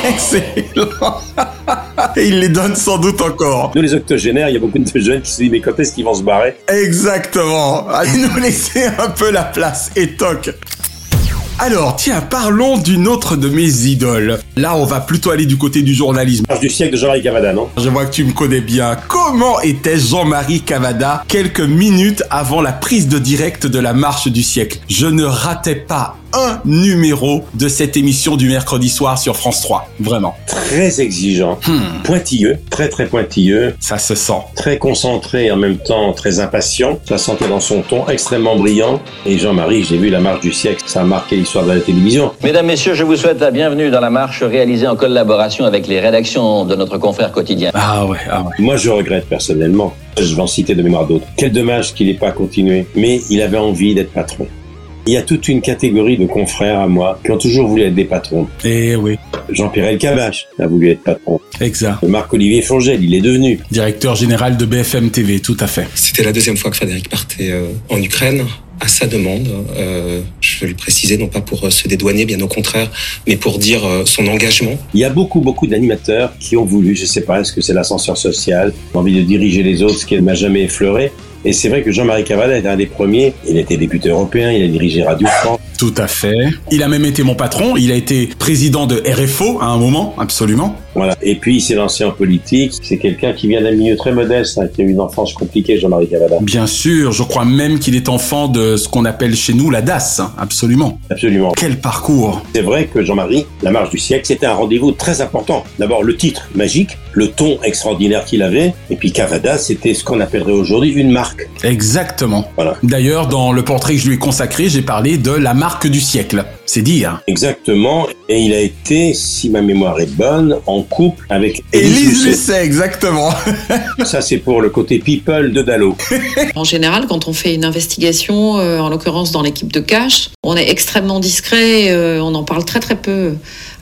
S3: Excellent. Et il les donne sans doute encore.
S4: Nous, les octogénaires, il y a beaucoup de jeunes qui se disent Mais quand est-ce qu'ils vont se barrer
S3: Exactement. Allez nous laisser un peu la place et toc. Alors, tiens, parlons d'une autre de mes idoles. Là, on va plutôt aller du côté du journalisme.
S4: Marche du siècle de Jean-Marie Cavada, non
S3: Je vois que tu me connais bien. Comment était Jean-Marie Cavada quelques minutes avant la prise de direct de la marche du siècle Je ne ratais pas un numéro de cette émission du mercredi soir sur France 3. Vraiment.
S4: Très exigeant,
S3: Hmm.
S4: pointilleux, très très pointilleux,
S3: Ça se sent.
S4: très concentré et en même temps très impatient. Ça sentait dans son ton extrêmement brillant. Et Jean-Marie, j'ai vu la marche du siècle, ça a marqué l'histoire de la télévision.
S24: Mesdames, Messieurs, je vous souhaite la bienvenue dans la marche réalisée en collaboration avec les rédactions de notre confrère quotidien.
S3: Ah ouais, ah ouais.
S4: Moi, je regrette personnellement. Je vais en citer de mémoire d'autres. Quel dommage qu'il n'ait pas continué, mais il avait envie d'être patron. Il y a toute une catégorie de confrères à moi qui ont toujours voulu être des patrons.
S3: Eh oui,
S4: Jean-Pierre Cavache a voulu être patron.
S3: exact.
S4: Marc-Olivier Fongel, il est devenu.
S3: Directeur général de BFM TV, tout à fait.
S2: C'était la deuxième fois que Frédéric partait euh, en Ukraine à sa demande. Euh, je veux le préciser, non pas pour euh, se dédouaner, bien au contraire, mais pour dire euh, son engagement.
S4: Il y a beaucoup, beaucoup d'animateurs qui ont voulu, je sais pas, est-ce que c'est l'ascenseur social, envie de diriger les autres, ce qu'elle m'a jamais effleuré. Et c'est vrai que Jean-Marie Cavada est un des premiers. Il était député européen, il a dirigé Radio France.
S3: Tout à fait. Il a même été mon patron. Il a été président de RFO à un moment, absolument.
S4: Voilà. Et puis, il s'est lancé en politique. C'est quelqu'un qui vient d'un milieu très modeste, hein, qui a eu une enfance compliquée, Jean-Marie Cavada.
S3: Bien sûr, je crois même qu'il est enfant de ce qu'on appelle chez nous la DAS, hein, absolument.
S4: Absolument.
S3: Quel parcours
S4: C'est vrai que Jean-Marie, la marche du siècle, c'était un rendez-vous très important. D'abord, le titre magique, le ton extraordinaire qu'il avait. Et puis, Cavada, c'était ce qu'on appellerait aujourd'hui une marque.
S3: Exactement.
S4: Voilà.
S3: D'ailleurs, dans le portrait que je lui ai consacré, j'ai parlé de la marque du siècle. C'est dire.
S4: Exactement. Et il a été, si ma mémoire est bonne, en couple avec
S3: Élise
S4: Élise Lucet.
S3: Lucet, exactement.
S4: Ça, c'est pour le côté people de Dalo.
S25: En général, quand on fait une investigation, euh, en l'occurrence dans l'équipe de cash, on est extrêmement discret, euh, on en parle très très peu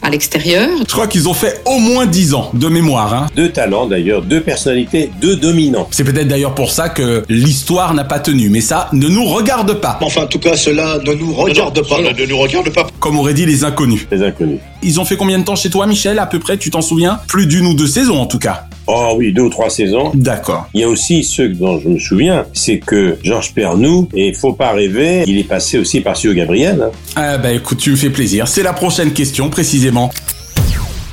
S25: à l'extérieur.
S3: je crois qu'ils ont fait au moins 10 ans de mémoire. Hein.
S4: Deux talents, d'ailleurs, deux personnalités, deux dominants.
S3: C'est peut-être d'ailleurs pour ça que l'histoire n'a pas tenu, mais ça ne nous regarde pas,
S24: Enfin, en tout cas, cela ne nous regarde pas. Cela ne nous regarde pas.
S3: comme auraient dit les inconnus.
S4: Les inconnus.
S3: Ils ont fait combien de temps chez toi, Michel, à peu près, tu t'en souviens Plus d'une ou deux saisons en tout cas.
S4: Oh oui, deux ou trois saisons.
S3: D'accord.
S4: Il y a aussi ceux dont je me souviens, c'est que Georges Pernou, et faut pas rêver, il est passé aussi par Sio Gabriel. hein.
S3: Ah bah écoute, tu me fais plaisir. C'est la prochaine question précisément.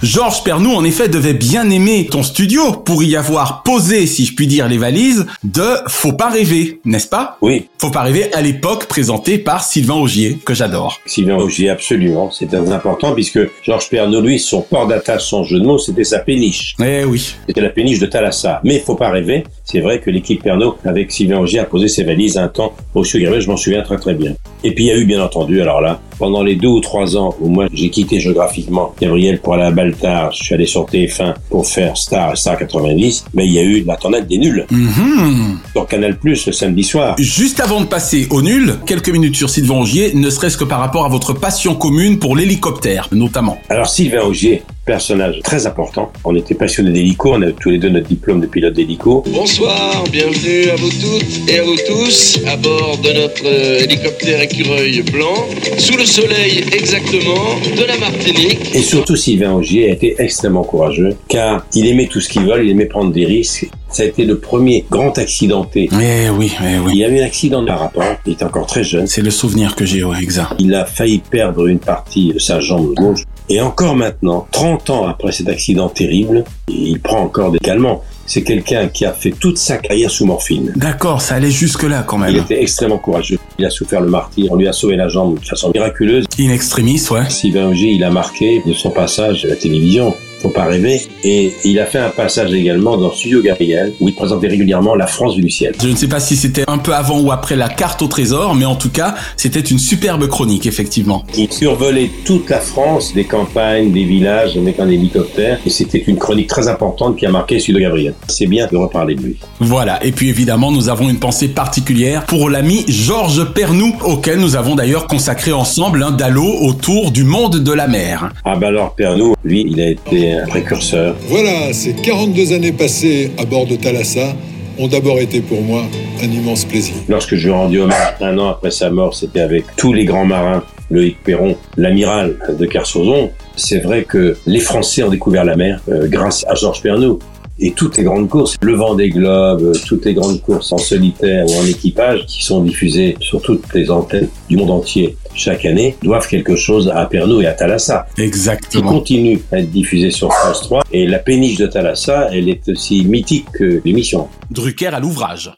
S3: Georges Pernou, en effet, devait bien aimer ton studio pour y avoir posé, si je puis dire, les valises de Faut pas rêver, n'est-ce pas
S4: Oui.
S3: Faut pas rêver à l'époque présenté par Sylvain Augier, que j'adore.
S4: Sylvain Augier, absolument. C'est très important puisque Georges Pernaud, lui, son port d'attache, son jeu de mots, c'était sa péniche.
S3: Eh oui.
S4: C'était la péniche de Thalassa. Mais faut pas rêver. C'est vrai que l'équipe Pernaud, avec Sylvain Augier, a posé ses valises un temps au Sugaré. Je m'en souviens très très bien. Et puis il y a eu, bien entendu, alors là, pendant les deux ou trois ans où moi j'ai quitté géographiquement Gabriel pour aller à Baltar, je suis allé sur TF1 pour faire Star, Star 90, mais il y a eu la tornade des nuls.
S3: Mhm.
S4: Sur Canal Plus le samedi soir.
S3: Juste avant de passer au nul, quelques minutes sur Sylvain Augier, ne serait-ce que par rapport à votre passion commune pour l'hélicoptère, notamment.
S4: Alors Sylvain Augier, personnage très important. On était passionnés d'hélico, on avait tous les deux notre diplôme de pilote d'hélico.
S10: Bonsoir, bienvenue à vous toutes et à vous tous à bord de notre euh, hélicoptère écureuil blanc, sous le soleil exactement de la Martinique.
S4: Et surtout, Sylvain Augier a été extrêmement courageux, car il aimait tout ce qu'il vole, il aimait prendre des risques. Ça a été le premier grand accidenté.
S3: Eh oui, eh oui.
S4: Il y a eu un accident de rapport, il était encore très jeune.
S3: C'est le souvenir que j'ai, ouais, exact.
S4: Il a failli perdre une partie de sa jambe gauche. Et encore maintenant, 30 ans après cet accident terrible, il prend encore des calmants. C'est quelqu'un qui a fait toute sa carrière sous morphine.
S3: D'accord, ça allait jusque-là quand
S4: Il
S3: même.
S4: était extrêmement courageux. Il a souffert le martyr. On lui a sauvé la jambe de façon miraculeuse.
S3: In extremis, ouais.
S4: Sylvain Augier, il a marqué de son passage à la télévision. Faut pas rêver. Et il a fait un passage également dans Studio Gabriel, où il présentait régulièrement la France vue du ciel.
S3: Je ne sais pas si c'était un peu avant ou après la carte au trésor, mais en tout cas, c'était une superbe chronique, effectivement.
S4: Il survolait toute la France, des campagnes, des villages, avec un hélicoptère. Et c'était une chronique très importante qui a marqué Studio Gabriel. C'est bien de reparler de lui.
S3: Voilà, et puis évidemment, nous avons une pensée particulière pour l'ami Georges Pernou, auquel nous avons d'ailleurs consacré ensemble un dallo autour du monde de la mer.
S4: Ah ben alors, Pernou, lui, il a été un précurseur.
S23: Voilà, ces 42 années passées à bord de Thalassa ont d'abord été pour moi un immense plaisir.
S4: Lorsque je lui ai rendu hommage un an après sa mort, c'était avec tous les grands marins, Loïc Perron, l'amiral de Carsozon. C'est vrai que les Français ont découvert la mer euh, grâce à Georges Pernaud. Et toutes les grandes courses, le vent des globes, euh, toutes les grandes courses en solitaire ou en équipage qui sont diffusées sur toutes les antennes du monde entier chaque année, doivent quelque chose à Pernaud et à Thalassa. qui
S3: Exactement.
S4: continue à être diffusée sur France 3. Et la péniche de Thalassa, elle est aussi mythique que l'émission.
S3: Drucker à l'ouvrage.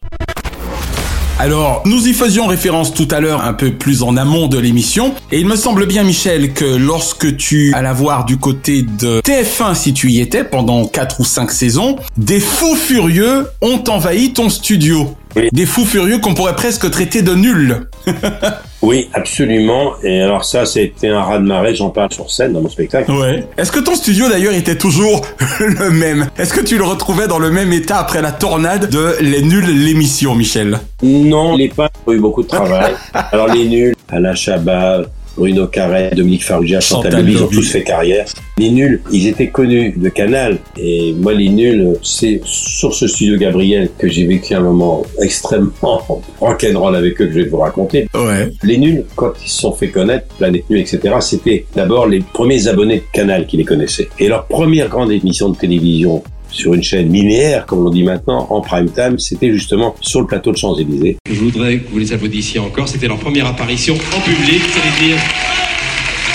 S3: Alors, nous y faisions référence tout à l'heure un peu plus en amont de l'émission, et il me semble bien, Michel, que lorsque tu allais voir du côté de TF1, si tu y étais, pendant 4 ou 5 saisons, des fous furieux ont envahi ton studio. Des fous furieux qu'on pourrait presque traiter de nuls.
S4: Oui, absolument. Et alors ça, c'était un raz-de-marée, j'en parle sur scène dans mon spectacle.
S3: Ouais. Est-ce que ton studio d'ailleurs était toujours le même Est-ce que tu le retrouvais dans le même état après la tornade de Les Nuls l'émission, Michel
S4: Non, les peintres ont eu beaucoup de travail. Alors les nuls, Alain Chabat, Bruno Carré, Dominique Farrugia, Chantal
S3: Chantal
S4: Lobby, ils ont
S3: Lobby.
S4: tous fait carrière. Les nuls, ils étaient connus de Canal. Et moi, les nuls, c'est sur ce studio Gabriel que j'ai vécu un moment extrêmement rock'n'roll avec eux que je vais vous raconter.
S3: Ouais.
S4: Les nuls, quand ils se sont fait connaître, Planète Nulle, etc., c'était d'abord les premiers abonnés de Canal qui les connaissaient. Et leur première grande émission de télévision sur une chaîne linéaire, comme on dit maintenant, en prime time, c'était justement sur le plateau de Champs-Élysées.
S19: Je voudrais que vous les applaudissiez encore. C'était leur première apparition en public. C'est-à-dire,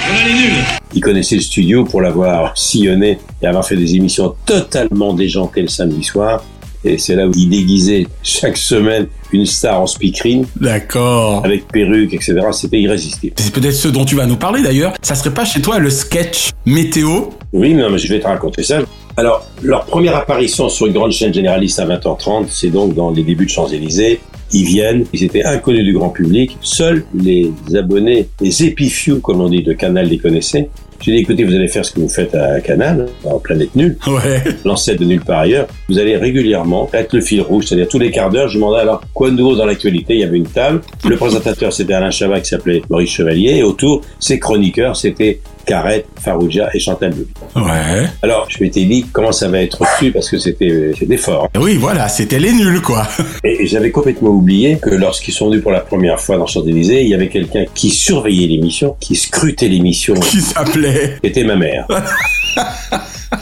S19: voilà les nuls.
S4: Ils connaissaient le studio pour l'avoir sillonné et avoir fait des émissions totalement déjantées le samedi soir. Et c'est là où ils déguisaient chaque semaine une star en speakerine,
S3: D'accord.
S4: avec perruque, etc. C'était irrésistible.
S3: C'est peut-être ce dont tu vas nous parler d'ailleurs. Ça serait pas chez toi le sketch météo
S4: Oui, non, mais je vais te raconter ça. Alors, leur première apparition sur une grande chaîne généraliste à 20h30, c'est donc dans les débuts de Champs-Élysées. Ils viennent, ils étaient inconnus du grand public. Seuls les abonnés, les épifioux, comme on dit, de Canal les connaissaient. J'ai dit, écoutez, vous allez faire ce que vous faites à Canal, hein, en Planète Nulle,
S3: Ouais.
S4: l'ancêtre de Nulle par ailleurs. Vous allez régulièrement être le fil rouge, c'est-à-dire tous les quarts d'heure, je demandais alors quoi de nouveau dans l'actualité. Il y avait une table. Le présentateur, c'était Alain Chabat qui s'appelait Maurice Chevalier. Et autour, ses chroniqueurs, c'était Carrette, Farouja et Chantal Lobby.
S3: Ouais.
S4: Alors, je m'étais dit comment ça va être reçu parce que c'était c'était fort. hein.
S3: Oui, voilà, c'était les nuls quoi.
S4: Et j'avais complètement oublié que lorsqu'ils sont venus pour la première fois dans Champs-Élysées, il y avait quelqu'un qui surveillait l'émission, qui scrutait l'émission,
S3: Qui s'appelait
S4: qui était ma mère.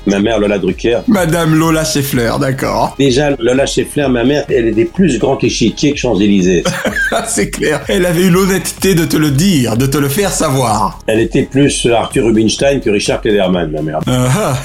S4: Ma mère, Lola Drucker.
S3: Madame Lola Scheffler, d'accord.
S4: Déjà, Lola Scheffler, ma mère, elle est des plus grands échiquiers que Champs-Élysées.
S3: Ah, C'est clair. Elle avait eu l'honnêteté de te le dire, de te le faire savoir.
S4: Elle était plus Arthur Rubinstein que Richard Klederman, ma mère.
S3: Ah,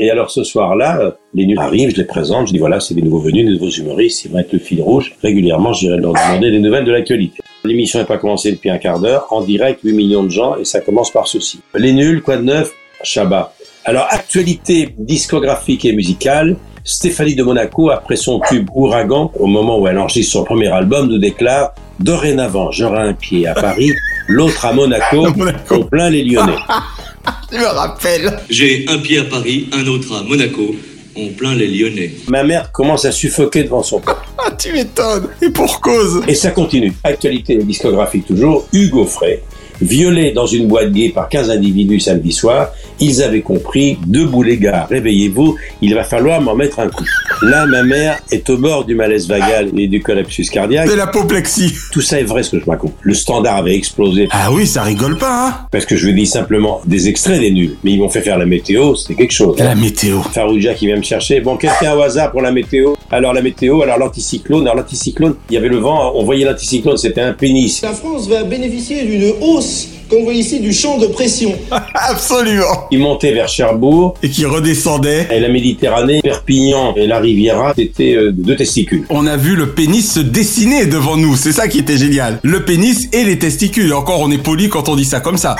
S4: Et alors ce soir-là, euh, les nuls arrivent, je les présente, je dis voilà, c'est des nouveaux venus, des nouveaux humoristes, c'est vrai être le fil rouge. Régulièrement, j'irai leur demander des nouvelles de l'actualité. L'émission n'est pas commencée depuis un quart d'heure, en direct, 8 millions de gens, et ça commence par ceci. Les nuls, quoi de neuf Chabat. Alors, actualité discographique et musicale, Stéphanie de Monaco, après son tube Ouragan, au moment où elle enregistre son premier album, nous déclare « Dorénavant, j'aurai un pied à Paris, l'autre à Monaco, au plein les Lyonnais ».
S3: Je me rappelle.
S19: J'ai un pied à Paris, un autre à Monaco. On plaint les Lyonnais.
S4: Ma mère commence à suffoquer devant son père.
S3: Ah, tu m'étonnes. Et pour cause.
S4: Et ça continue. Actualité discographique toujours, Hugo Frey. Violé dans une boîte gay par 15 individus samedi soir, ils avaient compris, debout les gars, réveillez-vous, il va falloir m'en mettre un coup. Là, ma mère est au bord du malaise vagal et du collapsus cardiaque.
S3: De l'apoplexie.
S4: Tout ça est vrai ce que je raconte. Le standard avait explosé.
S3: Ah oui, ça rigole pas, hein
S4: Parce que je vous dis simplement des extraits des nuls. Mais ils m'ont fait faire la météo, c'est quelque chose.
S3: La météo.
S4: Farouja qui vient me chercher. Bon, quelqu'un au hasard pour la météo. Alors la météo, alors l'anticyclone, alors l'anticyclone, il y avait le vent, on voyait l'anticyclone, c'était un pénis.
S15: La France va bénéficier d'une hausse, comme vous voyez ici, du champ de pression.
S3: Absolument.
S4: Il montait vers Cherbourg
S3: Et qui redescendait.
S4: et la Méditerranée, Perpignan et la Riviera, c'était euh, deux testicules.
S3: On a vu le pénis se dessiner devant nous. C'est ça qui était génial. Le pénis et les testicules. Encore, on est poli quand on dit ça comme ça.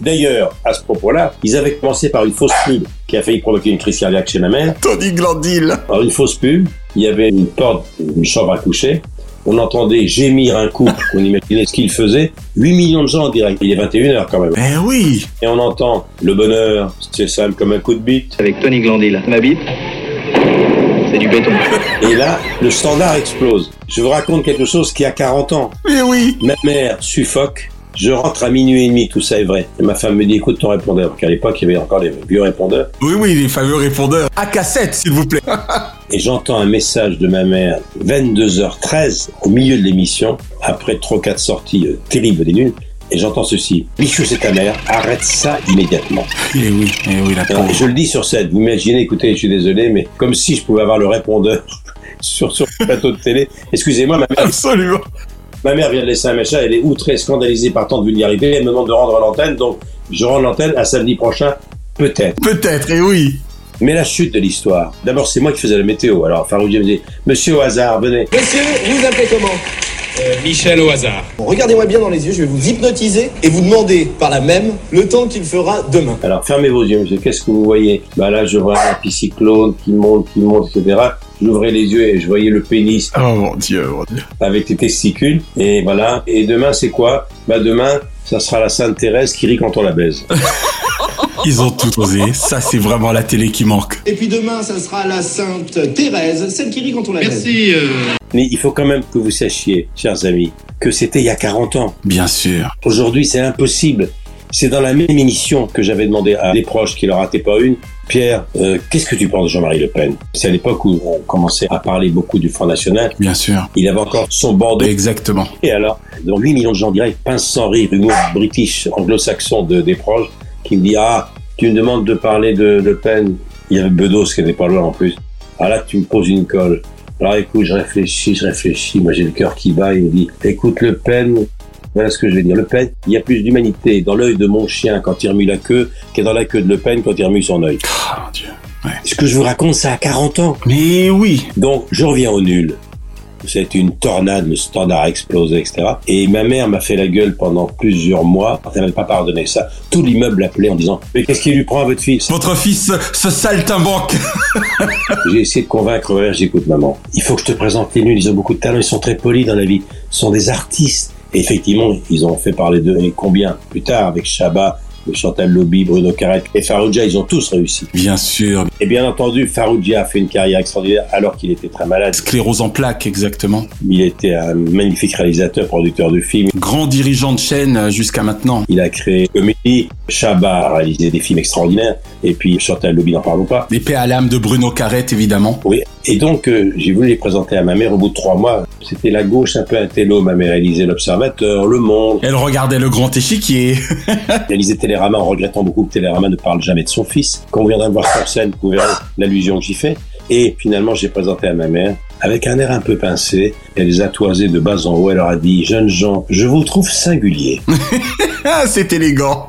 S4: D'ailleurs, à ce propos-là, ils avaient commencé par une fausse pub qui a failli provoquer une crise cardiaque chez ma mère.
S3: Tony Glandil.
S4: Alors une fausse pub, il y avait une porte, une chambre à coucher. On entendait gémir un couple, on imaginait ce qu'il faisait. 8 millions de gens en direct. Il est 21h quand même.
S3: Eh oui.
S4: Et on entend le bonheur, c'est simple comme un coup de bite.
S22: Avec Tony Glandil. Ma bite, c'est du béton.
S4: Et là, le standard explose. Je vous raconte quelque chose qui a 40 ans.
S3: Mais Eh oui.
S4: Ma mère suffoque. Je rentre à minuit et demi, tout ça est vrai. Et ma femme me dit, écoute ton répondeur. Parce qu'à l'époque, il y avait encore les vieux répondeurs.
S3: Oui, oui, les fameux répondeurs. À cassette, s'il vous plaît.
S4: Et j'entends un message de ma mère, 22h13, au milieu de l'émission, après trois quatre sorties euh, terribles des nuls. Et j'entends ceci. Bichou, c'est ta mère. Arrête ça immédiatement.
S3: Eh oui, eh oui, la
S4: Alors,
S3: pauvre.
S4: je le dis sur scène. Vous imaginez, écoutez, je suis désolé, mais comme si je pouvais avoir le répondeur sur, sur le plateau de télé. Excusez-moi, ma mère,
S3: Absolument.
S4: ma mère vient de laisser un message. Elle est outrée, scandalisée par tant de vulgarité. Elle me demande de rendre l'antenne. Donc, je rends l'antenne à samedi prochain, peut-être.
S3: Peut-être, eh oui.
S4: Mais la chute de l'histoire. D'abord, c'est moi qui faisais la météo. Alors, Farouji me dit, monsieur au hasard, venez.
S15: Monsieur, vous vous appelez comment
S19: Michel au hasard.
S15: Bon, Regardez-moi bien dans les yeux, je vais vous hypnotiser et vous demander par la même le temps qu'il fera demain.
S4: Alors, fermez vos yeux, monsieur. Qu'est-ce que vous voyez Bah là, je vois un piscicyclone qui monte, qui monte, etc. J'ouvrais les yeux et je voyais le pénis
S3: Oh mon dieu, mon dieu.
S4: avec les testicules. Et voilà. Et demain, c'est quoi Bah demain, ça sera la Sainte Thérèse qui rit quand on la baise.
S3: Ils ont tout osé. Ça, c'est vraiment la télé qui manque.
S15: Et puis demain, ça sera la sainte Thérèse, celle qui rit quand on la baise.
S19: Merci. euh,
S4: Mais il faut quand même que vous sachiez, chers amis, que c'était il y a 40 ans.
S3: Bien sûr.
S4: Aujourd'hui, c'est impossible. C'est dans la même émission que j'avais demandé à des proches qui leur rataient pas une. Pierre, euh, qu'est-ce que tu penses de Jean-Marie Le Pen C'est à l'époque où on commençait à parler beaucoup du Front National.
S3: Bien sûr.
S4: Il avait encore son bandeau.
S3: Exactement.
S4: Et alors, dans 8 millions de gens directs, pince sans rire, humour british, anglo-saxon de, des proches, qui me dit Ah, tu me demandes de parler de Le Pen. Il y avait Bedos qui n'était pas loin en plus. Ah là, tu me poses une colle. Alors écoute, je réfléchis, je réfléchis. Moi, j'ai le cœur qui bat. Il me dit Écoute, Le Pen, voilà ce que je vais dire. Le Pen, il y a plus d'humanité dans l'œil de mon chien quand il remue la queue qu'est dans la queue de Le Pen quand il remue son œil.
S3: Ah, mon dieu.
S4: Ce que je vous raconte, ça a 40 ans.
S3: Mais oui.
S4: Donc, je reviens au nul. C'est une tornade, le standard a explosé, etc. Et ma mère m'a fait la gueule pendant plusieurs mois. Elle n'avait pas pardonné ça. Tout l'immeuble l'appelait en disant Mais qu'est-ce qu'il lui prend à votre fils
S3: Votre fils, ce saltimbanque.
S4: J'ai essayé de convaincre ma mère. J'écoute, maman, il faut que je te présente les nuls. Ils ont beaucoup de talent, ils sont très polis dans la vie. Ce sont des artistes. Et effectivement, ils ont fait parler d'eux. Et combien Plus tard, avec Chabat, Chantal Lobby, Bruno Carrette et Farouja, ils ont tous réussi.
S3: Bien sûr.
S4: Et bien entendu, Farouja a fait une carrière extraordinaire alors qu'il était très malade.
S3: Sclérose en plaques, exactement.
S4: Il était un magnifique réalisateur, producteur de films.
S3: Grand dirigeant de chaîne euh, jusqu'à maintenant.
S4: Il a créé Comédie, Chabat a réalisé des films extraordinaires. Et puis Chantal Lobby, n'en parlons pas.
S3: Les paix à l'âme de Bruno Carrette, évidemment.
S4: Oui. Et donc, euh, j'ai voulu les présenter à ma mère au bout de trois mois. C'était la gauche un peu intello. Ma mère réalisait L'Observateur, Le Monde.
S3: Elle regardait Le Grand Échiquier.
S4: réalisait Télérama en regrettant beaucoup que Télérama ne parle jamais de son fils. Quand vous viendrez me voir sur scène, vous verrez l'allusion que j'y fais. Et finalement, j'ai présenté à ma mère avec un air un peu pincé. Elle les a toisés de bas en haut. Elle leur a dit, jeunes gens, je vous trouve singuliers.
S3: Ah, C'est élégant.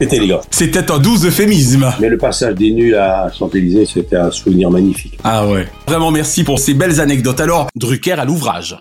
S4: C'est élégant.
S3: C'était un doux euphémisme.
S4: Mais le passage des nus à Champs-Élysées, c'était un souvenir magnifique.
S3: Ah ouais. Vraiment merci pour ces belles anecdotes. Alors, Drucker à l'ouvrage.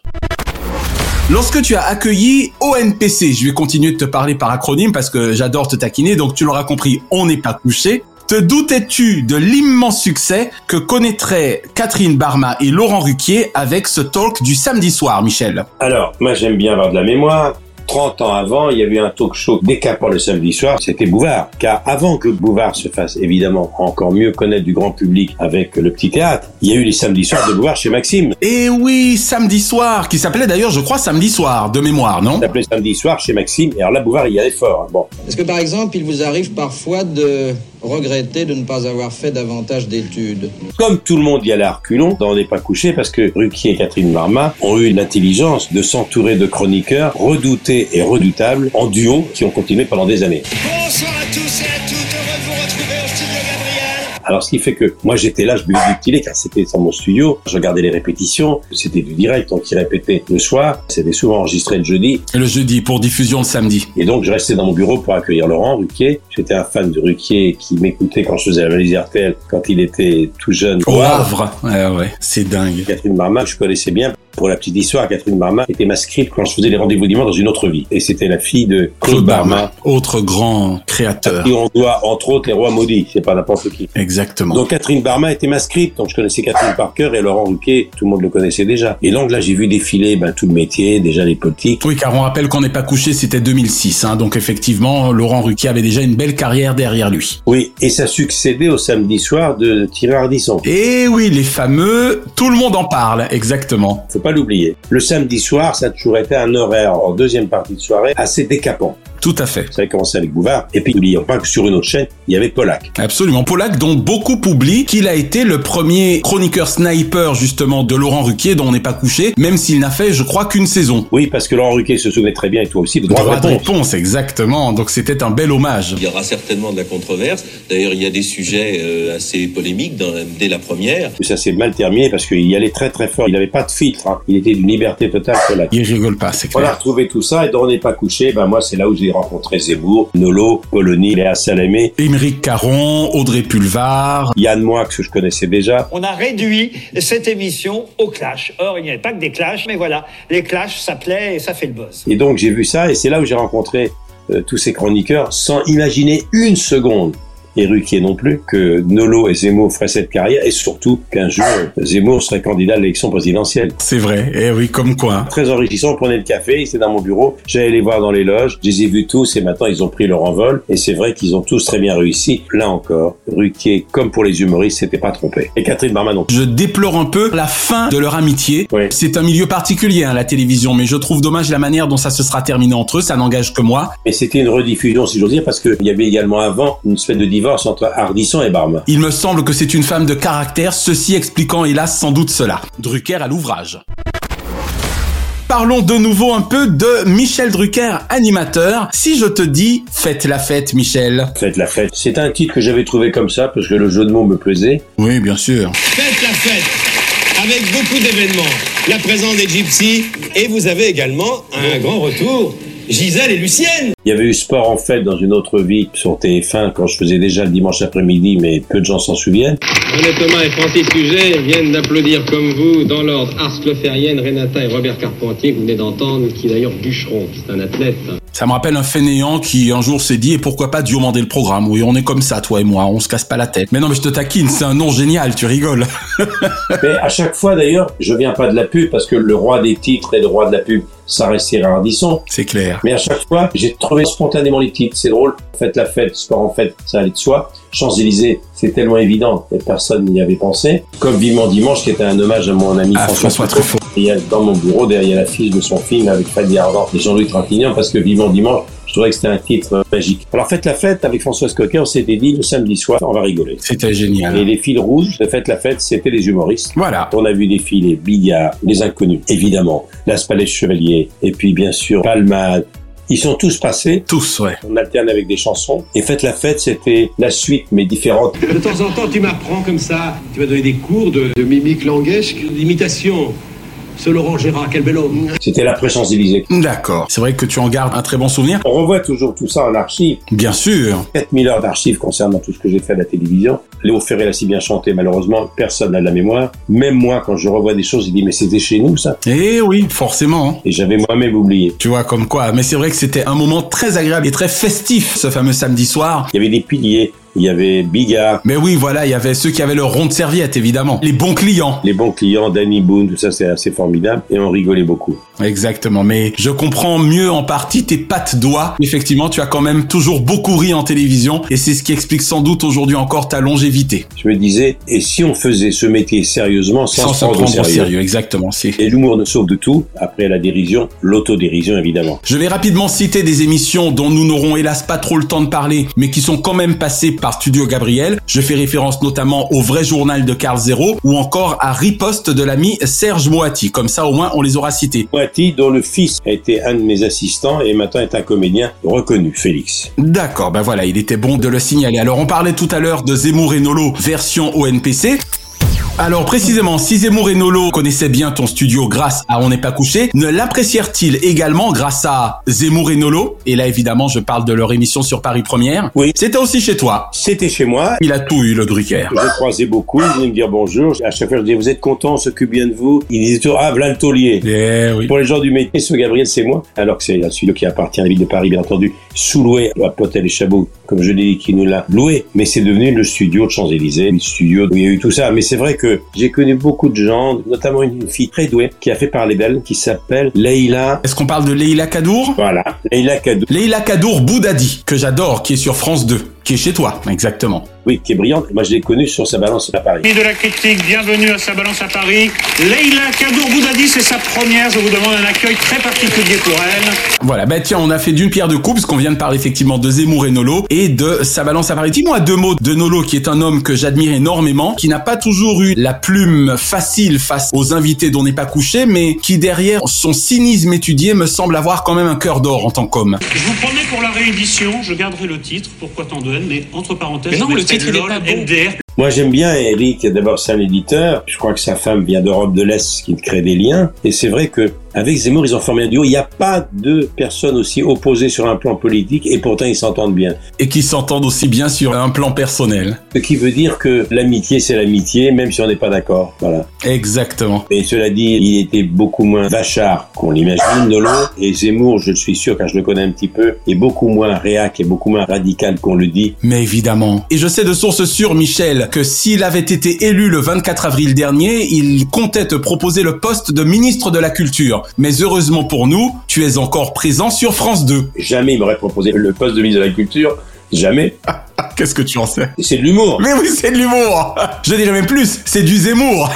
S3: Lorsque tu as accueilli ONPC, je vais continuer de te parler par acronyme parce que j'adore te taquiner, donc tu l'auras compris, on n'est pas couché. Te doutais-tu de l'immense succès que connaîtraient Catherine Barma et Laurent Ruquier avec ce talk du samedi soir, Michel
S4: Alors, moi j'aime bien avoir de la mémoire. 30 ans avant, il y avait un talk show décapant le samedi soir, c'était Bouvard. Car avant que Bouvard se fasse évidemment encore mieux connaître du grand public avec le petit théâtre, il y a eu les samedis soirs de Bouvard chez Maxime.
S3: Et Eh oui, samedi soir, qui s'appelait d'ailleurs, je crois, samedi soir, de mémoire, non
S4: Ça s'appelait samedi soir chez Maxime, et alors là, Bouvard, il y allait fort. hein. Bon.
S26: Est-ce que par exemple, il vous arrive parfois de regretter de ne pas avoir fait davantage d'études
S4: Comme tout le monde y allait à reculons, dans On n'est pas couché, parce que Ruquier et Catherine Marma ont eu l'intelligence de s'entourer de chroniqueurs redoutés et redoutables en duo qui ont continué pendant des années.
S5: Bonsoir à tous et à toutes, heureux de vous retrouver au studio Gabriel.
S4: Alors, ce qui fait que moi, j'étais là, je buvais du petit lait, car c'était dans mon studio. Je regardais les répétitions. C'était du direct, donc ils répétaient le soir. C'était souvent enregistré le jeudi.
S3: Le jeudi, pour diffusion le samedi.
S4: Et donc, je restais dans mon bureau pour accueillir Laurent Ruquier. J'étais un fan de Ruquier qui m'écoutait quand je faisais la valise RTL, quand il était tout jeune.
S3: Au Havre. Ouais, Ah ouais, c'est dingue.
S4: Catherine Marma, je connaissais bien. Pour la petite histoire, Catherine Barma était mascrite quand je faisais les rendez-vous du monde dans une autre vie. Et c'était la fille de Claude Barma,
S3: Autre grand
S4: à
S3: créateur.
S4: qui on doit, entre autres, les rois maudits. C'est pas n'importe qui.
S3: Exactement.
S4: Donc Catherine Barma était ma script, donc je connaissais Catherine Parker et Laurent Ruquier, tout le monde le connaissait déjà. Et donc là, j'ai vu défiler ben, tout le métier, déjà les politiques.
S3: Oui, car on rappelle qu'on n'est pas couché, c'était 2006. Hein, donc effectivement, Laurent Ruquier avait déjà une belle carrière derrière lui.
S4: Oui, et ça succédait au samedi soir de Thierry Ardisson.
S3: Et Eh oui, les fameux, tout le monde en parle, exactement.
S4: Faut pas l'oublier. Le samedi soir, ça a toujours été un horaire en deuxième partie de soirée assez décapant.
S3: Tout à fait.
S4: Ça avait commencé avec Bouvard. Et puis, n'oublions pas que sur une autre chaîne, il y avait Pollack.
S3: Absolument. Pollack, dont beaucoup oublient qu'il a été le premier chroniqueur sniper, justement, de Laurent Ruquier, dont on n'est pas couché, même s'il n'a fait, je crois, qu'une saison.
S4: Oui, parce que Laurent Ruquier se souvenait très bien, et toi aussi, de droit,
S3: Droit
S4: de réponse.
S3: exactement. Donc c'était un bel hommage.
S6: Il y aura certainement de la controverse. D'ailleurs, il y a des sujets euh, assez polémiques dans la- dès la première.
S4: Ça s'est mal terminé parce qu'il y allait très très fort. Il n'avait pas de filtre. hein. Il était d'une liberté totale, Pollack.
S3: Il rigole pas, c'est
S4: On a
S3: clair.
S4: retrouvé tout ça et dans On n'est pas couché, ben moi c'est là où j'ai rencontré Zemmour, Nolo, Polony, Léa Salamé,
S3: Émeric Caron, Audrey Pulvar.
S4: Yann Moix que je connaissais déjà.
S18: On a réduit cette émission au clash. Or, il n'y avait pas que des clashs, mais voilà, les clashs, ça plaît et ça fait le buzz.
S4: Et donc j'ai vu ça et c'est là où j'ai rencontré euh, tous ces chroniqueurs sans imaginer une seconde. Et Ruquier non plus, que Nolo et Zemmour feraient cette carrière, et surtout qu'un jour, Zemmour serait candidat à l'élection présidentielle.
S3: C'est vrai. Eh oui, comme quoi.
S4: Très enrichissant, on prenait le café, ils étaient dans mon bureau, j'allais les voir dans les loges, je les ai vus tous et maintenant ils ont pris leur envol et c'est vrai qu'ils ont tous très bien réussi. Là encore, Ruquier, comme pour les humoristes, s'était pas trompé. Et Catherine Barman non plus.
S3: Je déplore un peu la fin de leur amitié. C'est un milieu particulier, hein, la télévision, mais je trouve dommage la manière dont ça se sera terminé entre eux. Ça n'engage que moi.
S4: Et c'était une rediffusion, si j'ose dire, parce qu'il y avait également avant une espèce de divorce entre Hardisson et Barman.
S3: Il me semble que c'est une femme de caractère, ceci expliquant hélas sans doute cela. Drucker à l'ouvrage. Parlons de nouveau un peu de Michel Drucker, animateur. Si je te dis faites la fête, Michel.
S4: Faites la fête. C'est un titre que j'avais trouvé comme ça parce que le jeu de mots me plaisait.
S3: Oui, bien sûr.
S5: Faites la fête avec beaucoup d'événements. La présence des Gypsy et vous avez également un grand retour, Gisèle et Lucienne.
S4: Il y avait eu sport en fête dans une autre vie sur TF1 quand je faisais déjà le dimanche après-midi, mais peu de gens s'en souviennent.
S19: René Thomas et Francis Huget viennent d'applaudir comme vous, dans l'ordre, Ars Leferienne, Renata et Robert Carpentier, que vous venez d'entendre, qui d'ailleurs bûcheront, c'est un athlète.
S3: Ça me rappelle un fainéant qui un jour s'est dit et pourquoi pas diomander le programme. Oui, on est comme ça, toi et moi, on se casse pas la tête. Mais non, mais je te taquine, c'est un nom génial, tu rigoles.
S4: Mais à chaque fois d'ailleurs, je viens pas de la pub parce que le roi des titres et le roi de la pub, ça restait Ardisson.
S3: C'est clair.
S4: Mais à chaque fois, j'ai trouvé spontanément les titres. C'est drôle. Faites la fête, sport en fête, ça allait de soi. Champs-Élysées, c'est tellement évident et personne n'y avait pensé. Comme Vivement Dimanche, qui était un hommage à mon ami
S3: Ah, François Truffaut.
S4: Et il y a dans mon bureau, derrière l'affiche de son film avec Fadi Ardant et Jean-Louis Trintignant, parce que Vivement Dimanche, Je trouvais que c'était un titre euh, magique. Alors faites la fête avec Françoise Coquet, on s'était dit le samedi soir, on va rigoler.
S3: C'était génial.
S4: Et les fils rouges de Faites la fête, c'était les humoristes.
S3: Voilà.
S4: On a vu défiler Billard, les inconnus, évidemment, Las Palais Chevalier, et puis bien sûr Palmade. Ils sont tous passés.
S3: Tous, ouais.
S4: On alterne avec des chansons. Et Faites la fête, c'était la suite, mais différente.
S5: De temps en temps, tu m'apprends comme ça. Tu vas donner des cours de, de mimique language, d'imitation. Ce Laurent Gérard, quel bel homme.
S4: C'était l'après Champs-Élysées.
S3: D'accord. C'est vrai que tu en gardes un très bon souvenir.
S4: On revoit toujours tout ça en archives.
S3: Bien sûr.
S4: 4000 heures d'archives concernant tout ce que j'ai fait à la télévision. Léo Ferré l'a si bien chanté, malheureusement, personne n'a de la mémoire. Même moi, quand je revois des choses, je dis, mais c'était chez nous, ça.
S3: Eh oui, forcément. hein.
S4: Et j'avais moi-même oublié.
S3: Tu vois, comme quoi. Mais c'est vrai que c'était un moment très agréable et très festif, ce fameux samedi soir.
S4: Il y avait des piliers, il y avait Bigard,
S3: Mais oui, voilà, il y avait ceux qui avaient leur rond de serviette, évidemment. Les bons clients.
S4: les bons clients, Danny Boone, tout ça, c'est assez formidable. Et on rigolait beaucoup.
S3: Exactement. Mais je comprends mieux en partie tes pattes doigts. Effectivement, tu as quand même toujours beaucoup ri en télévision. Et c'est ce qui explique sans doute aujourd'hui encore ta longévité.
S4: Je me disais, et si on faisait ce métier sérieusement, sans,
S3: Sans
S4: se
S3: se
S4: prendre,
S3: prendre
S4: au sérieux.
S3: exactement. C'est
S4: Et l'humour ne sauve de tout. Après la dérision, l'autodérision, évidemment.
S3: Je vais rapidement citer des émissions dont nous n'aurons hélas pas trop le temps de parler, mais qui sont quand même passées par Studio Gabriel. Je fais référence notamment au vrai journal de Carl Zero ou encore à Riposte de l'ami Serge Moati. Comme ça, au moins, on les aura cités.
S4: Moati, dont le fils a été un de mes assistants et maintenant est un comédien reconnu, Félix.
S3: D'accord, ben voilà, il était bon de le signaler. Alors, on parlait tout à l'heure de Zemmour et Nolo version ONPC. Alors précisément, si Zemmour et Nolo connaissaient bien ton studio grâce à On n'est pas couché, ne l'apprécièrent-ils également grâce à Zemmour et Nolo Et là évidemment, je parle de leur émission sur Paris Première.
S4: Oui.
S3: C'était aussi chez toi.
S4: C'était chez moi.
S3: Il a tout eu le Drucker.
S4: Je croisais beaucoup, ils venaient me dire bonjour. À chaque fois, je disais, vous êtes content, on s'occupe bien de vous. Ils disaient toujours, ah, voilà le taulier.
S3: Eh oui.
S4: Pour les gens du métier, ce Gabriel, c'est moi. Alors que c'est un studio qui appartient à la ville de Paris, bien entendu, sous-loué à Potel et Chabot, comme je l'ai dit, qui nous l'a loué. Mais c'est devenu le studio de Champs-Élysées, le studio où il y a eu tout ça. Mais c'est vrai que j'ai connu beaucoup de gens, notamment une fille très douée qui a fait parler d'elle, qui s'appelle Leïla.
S3: Est-ce qu'on parle de Leila Kadour
S4: Voilà, Leïla Kadou.
S3: Leila Kadour Boudadi, que j'adore, qui est sur France 2, qui est chez toi, exactement.
S4: Oui, qui est brillante. Moi, je l'ai connue sur sa balance à Paris.
S1: Amis de la critique, bienvenue à sa balance à Paris. Leïla Kadour-Boudadi, c'est sa première. Je vous demande un accueil très particulier pour elle.
S3: Voilà, bah tiens, on a fait d'une pierre deux coups, parce qu'on vient de parler effectivement de Zemmour et Nolo, et de sa balance à Paris. Dis-moi deux mots de Nolo, qui est un homme que j'admire énormément, qui n'a pas toujours eu la plume facile face aux invités dont on n'est pas couché, mais qui derrière son cynisme étudié me semble avoir quand même un cœur d'or en tant qu'homme.
S1: Je vous promets pour la réédition, je garderai le titre. Pourquoi tant de haine Mais entre parenthèses,
S6: Mais non,
S1: je
S6: le
S1: mettrai
S6: titre, il est
S1: LOL,
S6: pas bon.
S1: MDR,
S4: Moi, j'aime bien Eric, d'abord, c'est un éditeur. Je crois que sa femme vient d'Europe de l'Est, ce qui crée des liens. Et c'est vrai que, avec Zemmour, ils ont formé un duo. Il n'y a pas deux personnes aussi opposées sur un plan politique et pourtant ils s'entendent bien.
S3: Et qui s'entendent aussi bien sur un plan personnel.
S4: Ce qui veut dire que l'amitié, c'est l'amitié, même si on n'est pas d'accord. Voilà.
S3: Exactement.
S4: Et cela dit, il était beaucoup moins vachard qu'on l'imagine, Nolo. Et Zemmour, je le suis sûr, car je le connais un petit peu, est beaucoup moins réac et beaucoup moins radical qu'on le dit.
S3: Mais évidemment. Et je sais de source sûre, Michel, que s'il avait été élu le 24 avril dernier, il comptait te proposer le poste de ministre de la Culture. Mais heureusement pour nous, tu es encore présent sur France 2.
S4: Jamais il m'aurait proposé le poste de ministre de la Culture. Jamais.
S3: Qu'est-ce que tu en sais
S4: C'est de l'humour.
S3: Mais oui, c'est de l'humour Je dirais même plus, c'est du Zemmour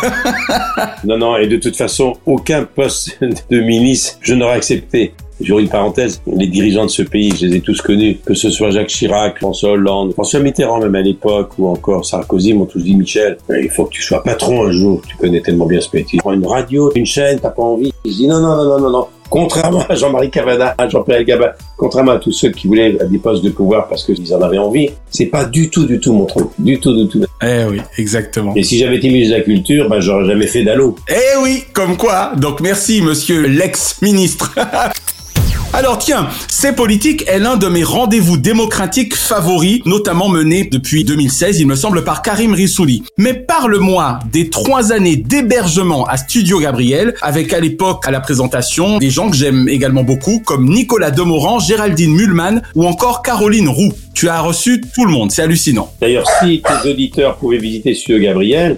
S4: Non, non, et de toute façon, aucun poste de ministre je n'aurais accepté. J'aurais une parenthèse, les dirigeants de ce pays, je les ai tous connus, que ce soit Jacques Chirac, François Hollande, François Mitterrand même à l'époque, ou encore Sarkozy, m'ont tous dit, Michel, il faut que tu sois patron un jour, tu connais tellement bien ce métier. Prends une radio, une chaîne, t'as pas envie. Je dis, non, non, non, non, non, non. Contrairement à Jean-Marie Cavada, à Jean-Pierre Gabin, contrairement à tous ceux qui voulaient des postes de pouvoir parce qu'ils en avaient envie, c'est pas du tout, du tout mon truc. Du tout, du tout.
S3: Eh oui, exactement.
S4: Et si j'avais été ministre de la Culture, ben, j'aurais jamais fait d'allô.
S3: Eh oui, comme quoi Donc merci, monsieur l'ex-ministre Alors tiens, C'est politique est l'un de mes rendez-vous démocratiques favoris, notamment mené depuis 2016, il me semble, par Karim Rissouli. Mais parle-moi des trois années d'hébergement à Studio Gabriel, avec à l'époque à la présentation des gens que j'aime également beaucoup, comme Nicolas Demorand, Géraldine Mullman ou encore Caroline Roux. Tu as reçu tout le monde, c'est hallucinant.
S4: D'ailleurs, si tes auditeurs pouvaient visiter Studio Gabriel,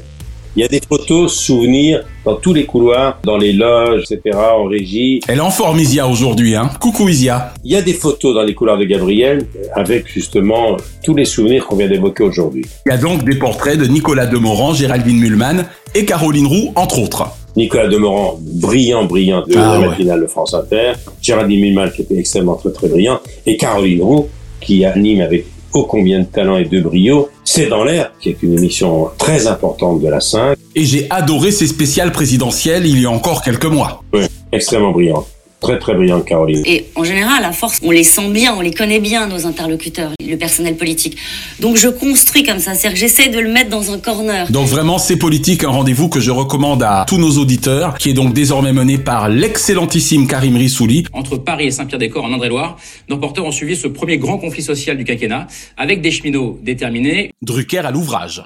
S4: il y a des photos, souvenirs dans tous les couloirs, dans les loges, etc., en régie.
S3: Elle est en forme Isia aujourd'hui, hein. Coucou Isia.
S4: Il y a des photos dans les couloirs de Gabriel avec justement tous les souvenirs qu'on vient d'évoquer aujourd'hui.
S3: Il y a donc des portraits de Nicolas Demorand, Géraldine Mullman et Caroline Roux, entre autres.
S4: Nicolas Demorand, brillant, brillant de
S3: Ah,
S4: la
S3: ouais.
S4: matinale de France Inter, Géraldine Milman qui était extrêmement très très brillant, et Caroline Roux qui anime avec ô combien de talent et de brio, C'est dans l'air, qui est une émission très importante de la 5,
S3: Et j'ai adoré ces spéciales présidentielles il y a encore quelques mois.
S4: Ouais, extrêmement brillante, très très brillante Caroline.
S7: Et en général, à force, on les sent bien, on les connaît bien, nos interlocuteurs, le personnel politique. Donc je construis comme ça, c'est-à-dire que j'essaie de le mettre dans un corner.
S3: Donc vraiment, c'est politique, un rendez-vous que je recommande à tous nos auditeurs, qui est donc désormais mené par l'excellentissime Karim Rissouli.
S8: entre Paris et Saint-Pierre-des-Corps en Indre-et-Loire, nos porteurs ont suivi ce premier grand conflit social du quinquennat avec des cheminots déterminés.
S3: Drucker à l'ouvrage.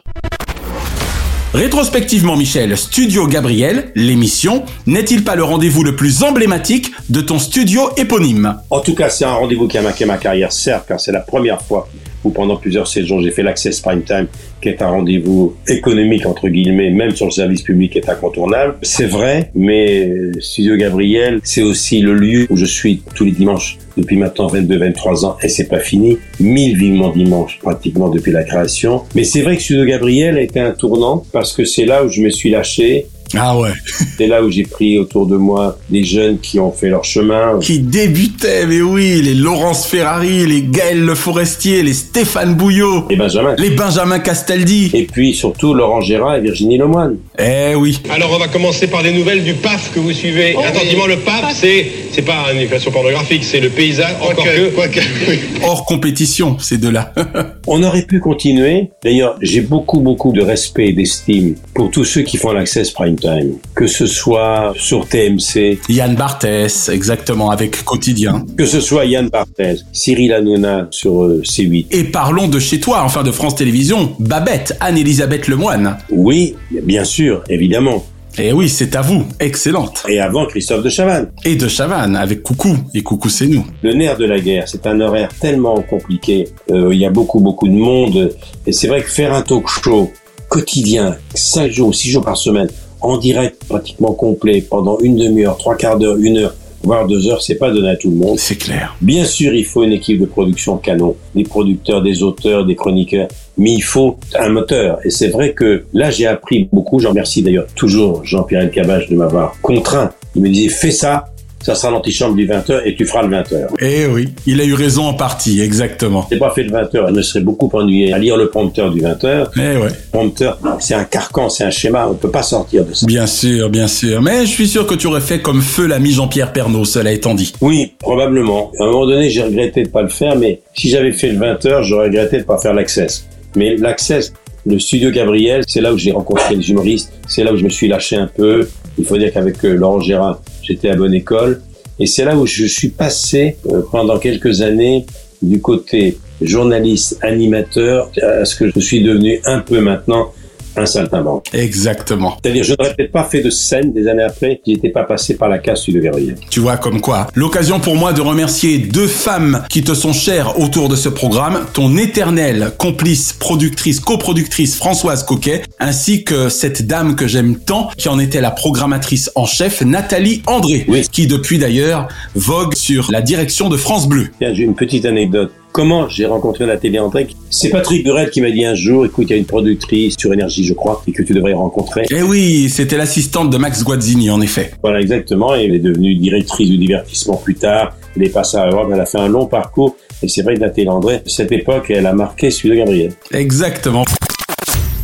S3: Rétrospectivement, Michel, Studio Gabriel, l'émission, n'est-il pas le rendez-vous le plus emblématique de ton studio éponyme
S4: En tout cas, c'est un rendez-vous qui a marqué ma carrière, certes, car c'est la première fois où pendant plusieurs saisons j'ai fait l'Access Prime Time, qui est un rendez-vous économique, entre guillemets, même sur le service public, qui est incontournable. C'est vrai, mais Studio Gabriel, c'est aussi le lieu où je suis tous les dimanches depuis maintenant 22-23 ans, et c'est pas fini. 1000 vivement dimanches, pratiquement depuis la création. Mais c'est vrai que Studio Gabriel a été un tournant, parce que c'est là où je me suis lâché.
S3: Ah ouais.
S4: C'est là où j'ai pris autour de moi des jeunes qui ont fait leur chemin. euh,
S3: Qui débutaient, mais oui, les Laurence Ferrari, les Gaël Le Forestier, les Stéphane Bouillot.
S4: Les Benjamin.
S3: Les Benjamin Castaldi.
S4: Et puis surtout Laurent Gérard et Virginie Lemoine.
S3: Eh oui.
S5: Alors on va commencer par des nouvelles du PAF que vous suivez attentivement. Le PAF, c'est c'est pas une équation pornographique, c'est le paysage. Encore que,
S3: Hors compétition, ces deux-là.
S4: On aurait pu continuer. D'ailleurs, j'ai beaucoup, beaucoup de respect et d'estime pour tous ceux qui font l'Access Prime Time. Que ce soit sur TMC.
S3: Yann Barthès, exactement, avec Quotidien.
S4: Que ce soit Yann Barthès, Cyril Hanouna sur euh, C8.
S3: Et parlons de chez toi, enfin de France Télévisions, Babette, Anne-Elisabeth Lemoine.
S4: Oui, bien sûr, évidemment.
S3: Et oui, c'est à vous, excellente.
S4: Et avant Christophe de Chavannes.
S3: Et de Chavannes, avec Coucou, et Coucou c'est nous.
S4: Le nerf de la guerre, c'est un horaire tellement compliqué. Euh, il y a beaucoup, beaucoup de monde. Et c'est vrai que faire un talk show quotidien, 5 jours, 6 jours par semaine, en direct pratiquement complet, pendant une demi-heure, trois quarts d'heure, une heure, voire deux heures, c'est pas donné à tout le monde.
S3: C'est clair.
S4: Bien sûr, il faut une équipe de production canon, des producteurs, des auteurs, des chroniqueurs, mais il faut un moteur. Et c'est vrai que là, j'ai appris beaucoup. J'en remercie d'ailleurs toujours Jean-Pierre Cabage de m'avoir contraint. Il me disait, fais ça, ça sera l'antichambre du 20h et tu feras le 20h.
S3: Eh oui, il a eu raison en partie, exactement.
S4: J'ai pas fait le 20h, elle me serait beaucoup ennuyé à lire le prompteur du 20h.
S3: Eh ouais.
S4: Prompteur, c'est un carcan, c'est un schéma, on peut pas sortir de ça.
S3: Bien sûr, bien sûr. Mais je suis sûr que tu aurais fait comme feu l'ami Jean-Pierre Pernaut, cela étant dit.
S4: Oui, probablement. À un moment donné, j'ai regretté de pas le faire, mais si j'avais fait le 20h, j'aurais regretté de pas faire l'Access. Mais l'Access, le studio Gabriel, c'est là où j'ai rencontré les humoristes, c'est là où je me suis lâché un peu. Il faut dire qu'avec euh, Laurent Gérard, j'étais à bonne école. Et c'est là où je suis passé euh, pendant quelques années du côté journaliste, animateur, à ce que je suis devenu un peu maintenant un saltimbanque.
S3: Exactement.
S4: C'est-à-dire, je n'aurais peut-être pas fait de scène des années après si j'étais pas passé par la case studio Gabriel.
S3: Tu vois, comme quoi. L'occasion pour moi de remercier deux femmes qui te sont chères autour de ce programme, ton éternelle complice, productrice, coproductrice Françoise Coquet, ainsi que cette dame que j'aime tant, qui en était la programmatrice en chef, Nathalie André, qui depuis d'ailleurs vogue sur la direction de France Bleu.
S4: Tiens, j'ai une petite anecdote. Comment j'ai rencontré la télé en tech C'est Patrick Burel qui m'a dit un jour, écoute, il y a une productrice sur énergie, je crois, et que tu devrais rencontrer.
S3: Eh oui, c'était l'assistante de Max Guazzini, en effet.
S4: Voilà, exactement. Et elle est devenue directrice du divertissement plus tard. Elle est passée à Europe. Elle a fait un long parcours. Et c'est vrai que Nathalie André, cette époque, elle a marqué celui de Gabriel.
S3: Exactement.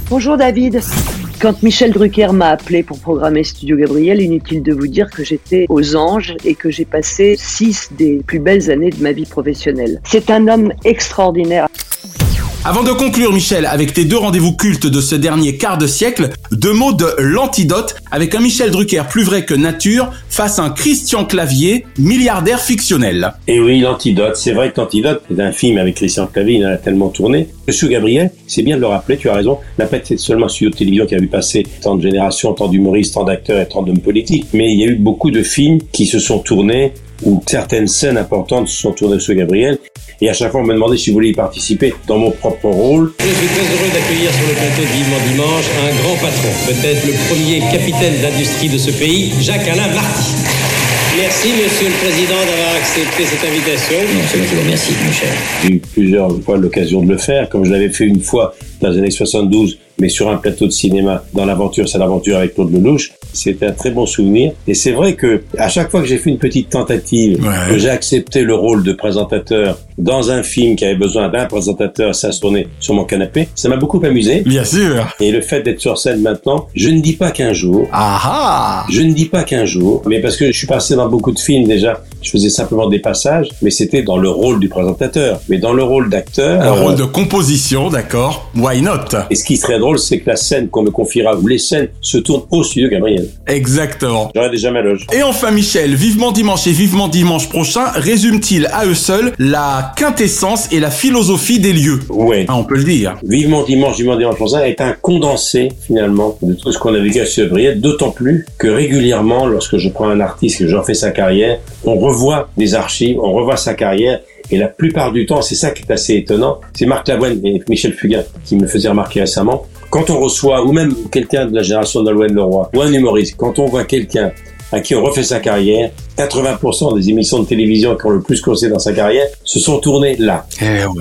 S9: Bonjour David. Quand Michel Drucker m'a appelé pour programmer Studio Gabriel, inutile de vous dire que j'étais aux anges et que j'ai passé six des plus belles années de ma vie professionnelle. C'est un homme extraordinaire.
S3: Avant de conclure, Michel, avec tes deux rendez-vous cultes de ce dernier quart de siècle, deux mots de l'antidote avec un Michel Drucker plus vrai que nature face à un Christian Clavier, milliardaire fictionnel.
S4: Et oui, l'antidote. C'est vrai que l'antidote est un film avec Christian Clavier, il en a tellement tourné. Monsieur Gabriel, c'est bien de le rappeler, tu as raison. La PET, c'est seulement un studio de télévision qui a vu passer tant de générations, tant d'humoristes, tant d'acteurs et tant d'hommes politiques. Mais il y a eu beaucoup de films qui se sont tournés où certaines scènes importantes se sont tournées sur Gabriel. Et à chaque fois, on me demandait si je voulais y participer dans mon propre rôle.
S5: Je suis très heureux d'accueillir sur le plateau de Vivement Dimanche un grand patron, peut-être le premier capitaine d'industrie de ce pays, Jacques-Alain Marty. Merci, Monsieur le Président, d'avoir accepté cette invitation.
S4: c'est moi qui vous remercie, Michel. J'ai eu plusieurs fois l'occasion de le faire, comme je l'avais fait une fois dans les années 72 mais sur un plateau de cinéma, dans l'aventure, c'est l'aventure avec Claude Lelouch, c'est un très bon souvenir. Et c'est vrai que à chaque fois que j'ai fait une petite tentative, que j'ai accepté le rôle de présentateur dans un film qui avait besoin d'un présentateur, ça se tournait sur mon canapé, ça m'a beaucoup amusé.
S3: Bien sûr.
S4: Et le fait d'être sur scène maintenant, je ne dis pas qu'un jour.
S3: Ah
S4: Je ne dis pas qu'un jour, mais parce que je suis passé dans beaucoup de films déjà, je faisais simplement des passages, mais c'était dans le rôle du présentateur. Mais dans le rôle d'acteur.
S3: Un rôle
S4: euh,
S3: de composition, d'accord. Why not
S4: Et ce qui serait drôle, c'est que la scène qu'on me confiera, ou les scènes, se tournent au studio Gabriel.
S3: Exactement.
S4: J'aurais déjà ma loge.
S3: Et enfin, Michel, vivement dimanche et vivement dimanche prochain résument-ils à eux seuls la quintessence et la philosophie des lieux Ah,
S4: Ouais.
S3: on peut le dire.
S4: Vivement dimanche, vivement dimanche prochain est un condensé finalement de tout ce qu'on a vécu à Gabriel, d'autant plus que régulièrement, lorsque je prends un artiste et que je refais sa carrière, on revoit des archives, on revoit sa carrière. Et la plupart du temps, c'est ça qui est assez étonnant, c'est Marc Lavoine et Michel Fugain qui me faisaient remarquer récemment, quand on reçoit, ou même quelqu'un de la génération d'Alouen Leroy, ou un humoriste, quand on voit quelqu'un à qui on refait sa carrière, 80% des émissions de télévision qui ont le plus causé dans sa carrière se sont tournées là.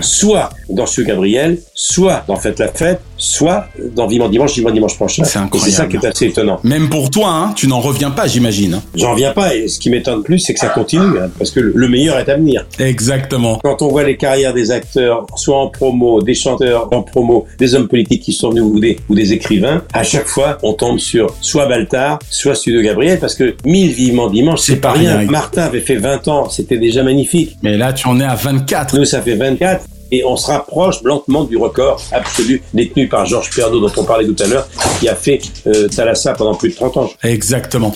S4: Soit dans ce Gabriel, soit dans Faites la fête, soit dans Vivant Dimanche, Vivant Dimanche prochain.
S3: C'est
S4: Et c'est ça
S3: incroyable.
S4: qui est assez étonnant.
S3: Même pour toi, hein, tu n'en reviens pas, j'imagine.
S4: J'en reviens pas, et ce qui m'étonne plus, c'est que ça continue, hein, parce que le- le meilleur est à venir.
S3: Exactement.
S4: Quand on voit les carrières des acteurs, soit en promo, des chanteurs en promo, des hommes politiques qui sont venus ou des, ou des écrivains, à chaque fois, on tombe sur soit Baltar, soit Studio Gabriel, parce que mille vivement dimanche, c'est pas
S3: rien.
S4: rien. Martin avait fait 20 ans, c'était déjà magnifique.
S3: Mais là, tu en es à 24.
S4: Nous, ça fait 24. Et on se rapproche lentement du record absolu détenu par Georges Pernaud, dont on parlait tout à l'heure, qui a fait euh, Thalassa pendant plus de 30 ans.
S3: Exactement.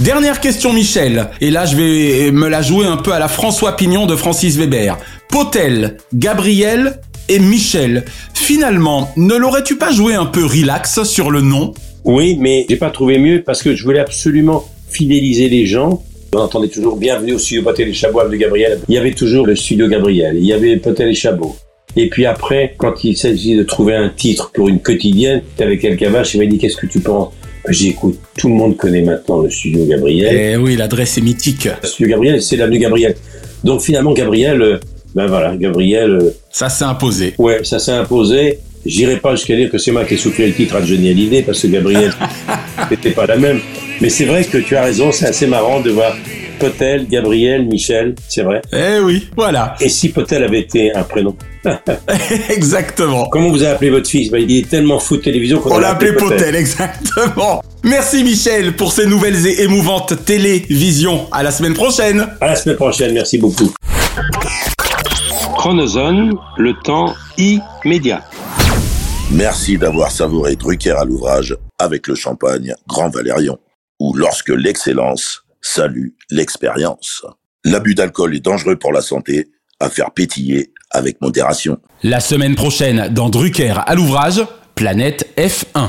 S3: Dernière question, Michel. Et là, je vais me la jouer un peu à la François Pignon de Francis Weber. Potel, Gabriel et Michel. Finalement, ne l'aurais-tu pas joué un peu relax sur le nom
S4: Oui, mais j'ai pas trouvé mieux parce que je voulais absolument fidéliser les gens. On entendait toujours bienvenue au studio Potel et Chabot de Gabriel. Il y avait toujours le studio Gabriel, il y avait Potel et Chabot. Et puis après, quand il s'agit de trouver un titre pour une quotidienne, avec El Cavache, il m'a dit qu'est-ce que tu penses J'ai dit, écoute, tout le monde connaît maintenant le studio Gabriel.
S3: Eh oui, l'adresse est mythique.
S4: Le studio Gabriel, c'est l'avenue Gabriel. Donc finalement, Gabriel, euh, ben voilà, Gabriel, euh,
S3: Ça s'est imposé.
S4: Ouais, ça s'est imposé. J'irai pas jusqu'à dire que c'est moi qui ai soufflé le titre à Johnny Hallyday parce que Gabriel n'était pas la même. Mais c'est vrai que tu as raison, c'est assez marrant de voir Potel, Gabriel, Michel, c'est vrai.
S3: Eh oui, voilà.
S4: Et si Potel avait été un prénom
S3: Exactement.
S4: Comment vous avez appelé votre fils Ben, Il est tellement fou de télévision qu'on
S3: On
S4: l'a
S3: l'a appelé Potel, exactement. Merci Michel pour ces nouvelles et émouvantes télévisions. À la semaine prochaine.
S4: À la semaine prochaine, merci beaucoup. Chronozone, le temps immédiat.
S11: Merci d'avoir savouré Drucker à l'ouvrage avec le champagne Grand Valérion, ou lorsque l'excellence salue l'expérience. L'abus d'alcool est dangereux pour la santé, à faire pétiller avec modération.
S3: La semaine prochaine, dans Drucker à l'ouvrage, Planète F1.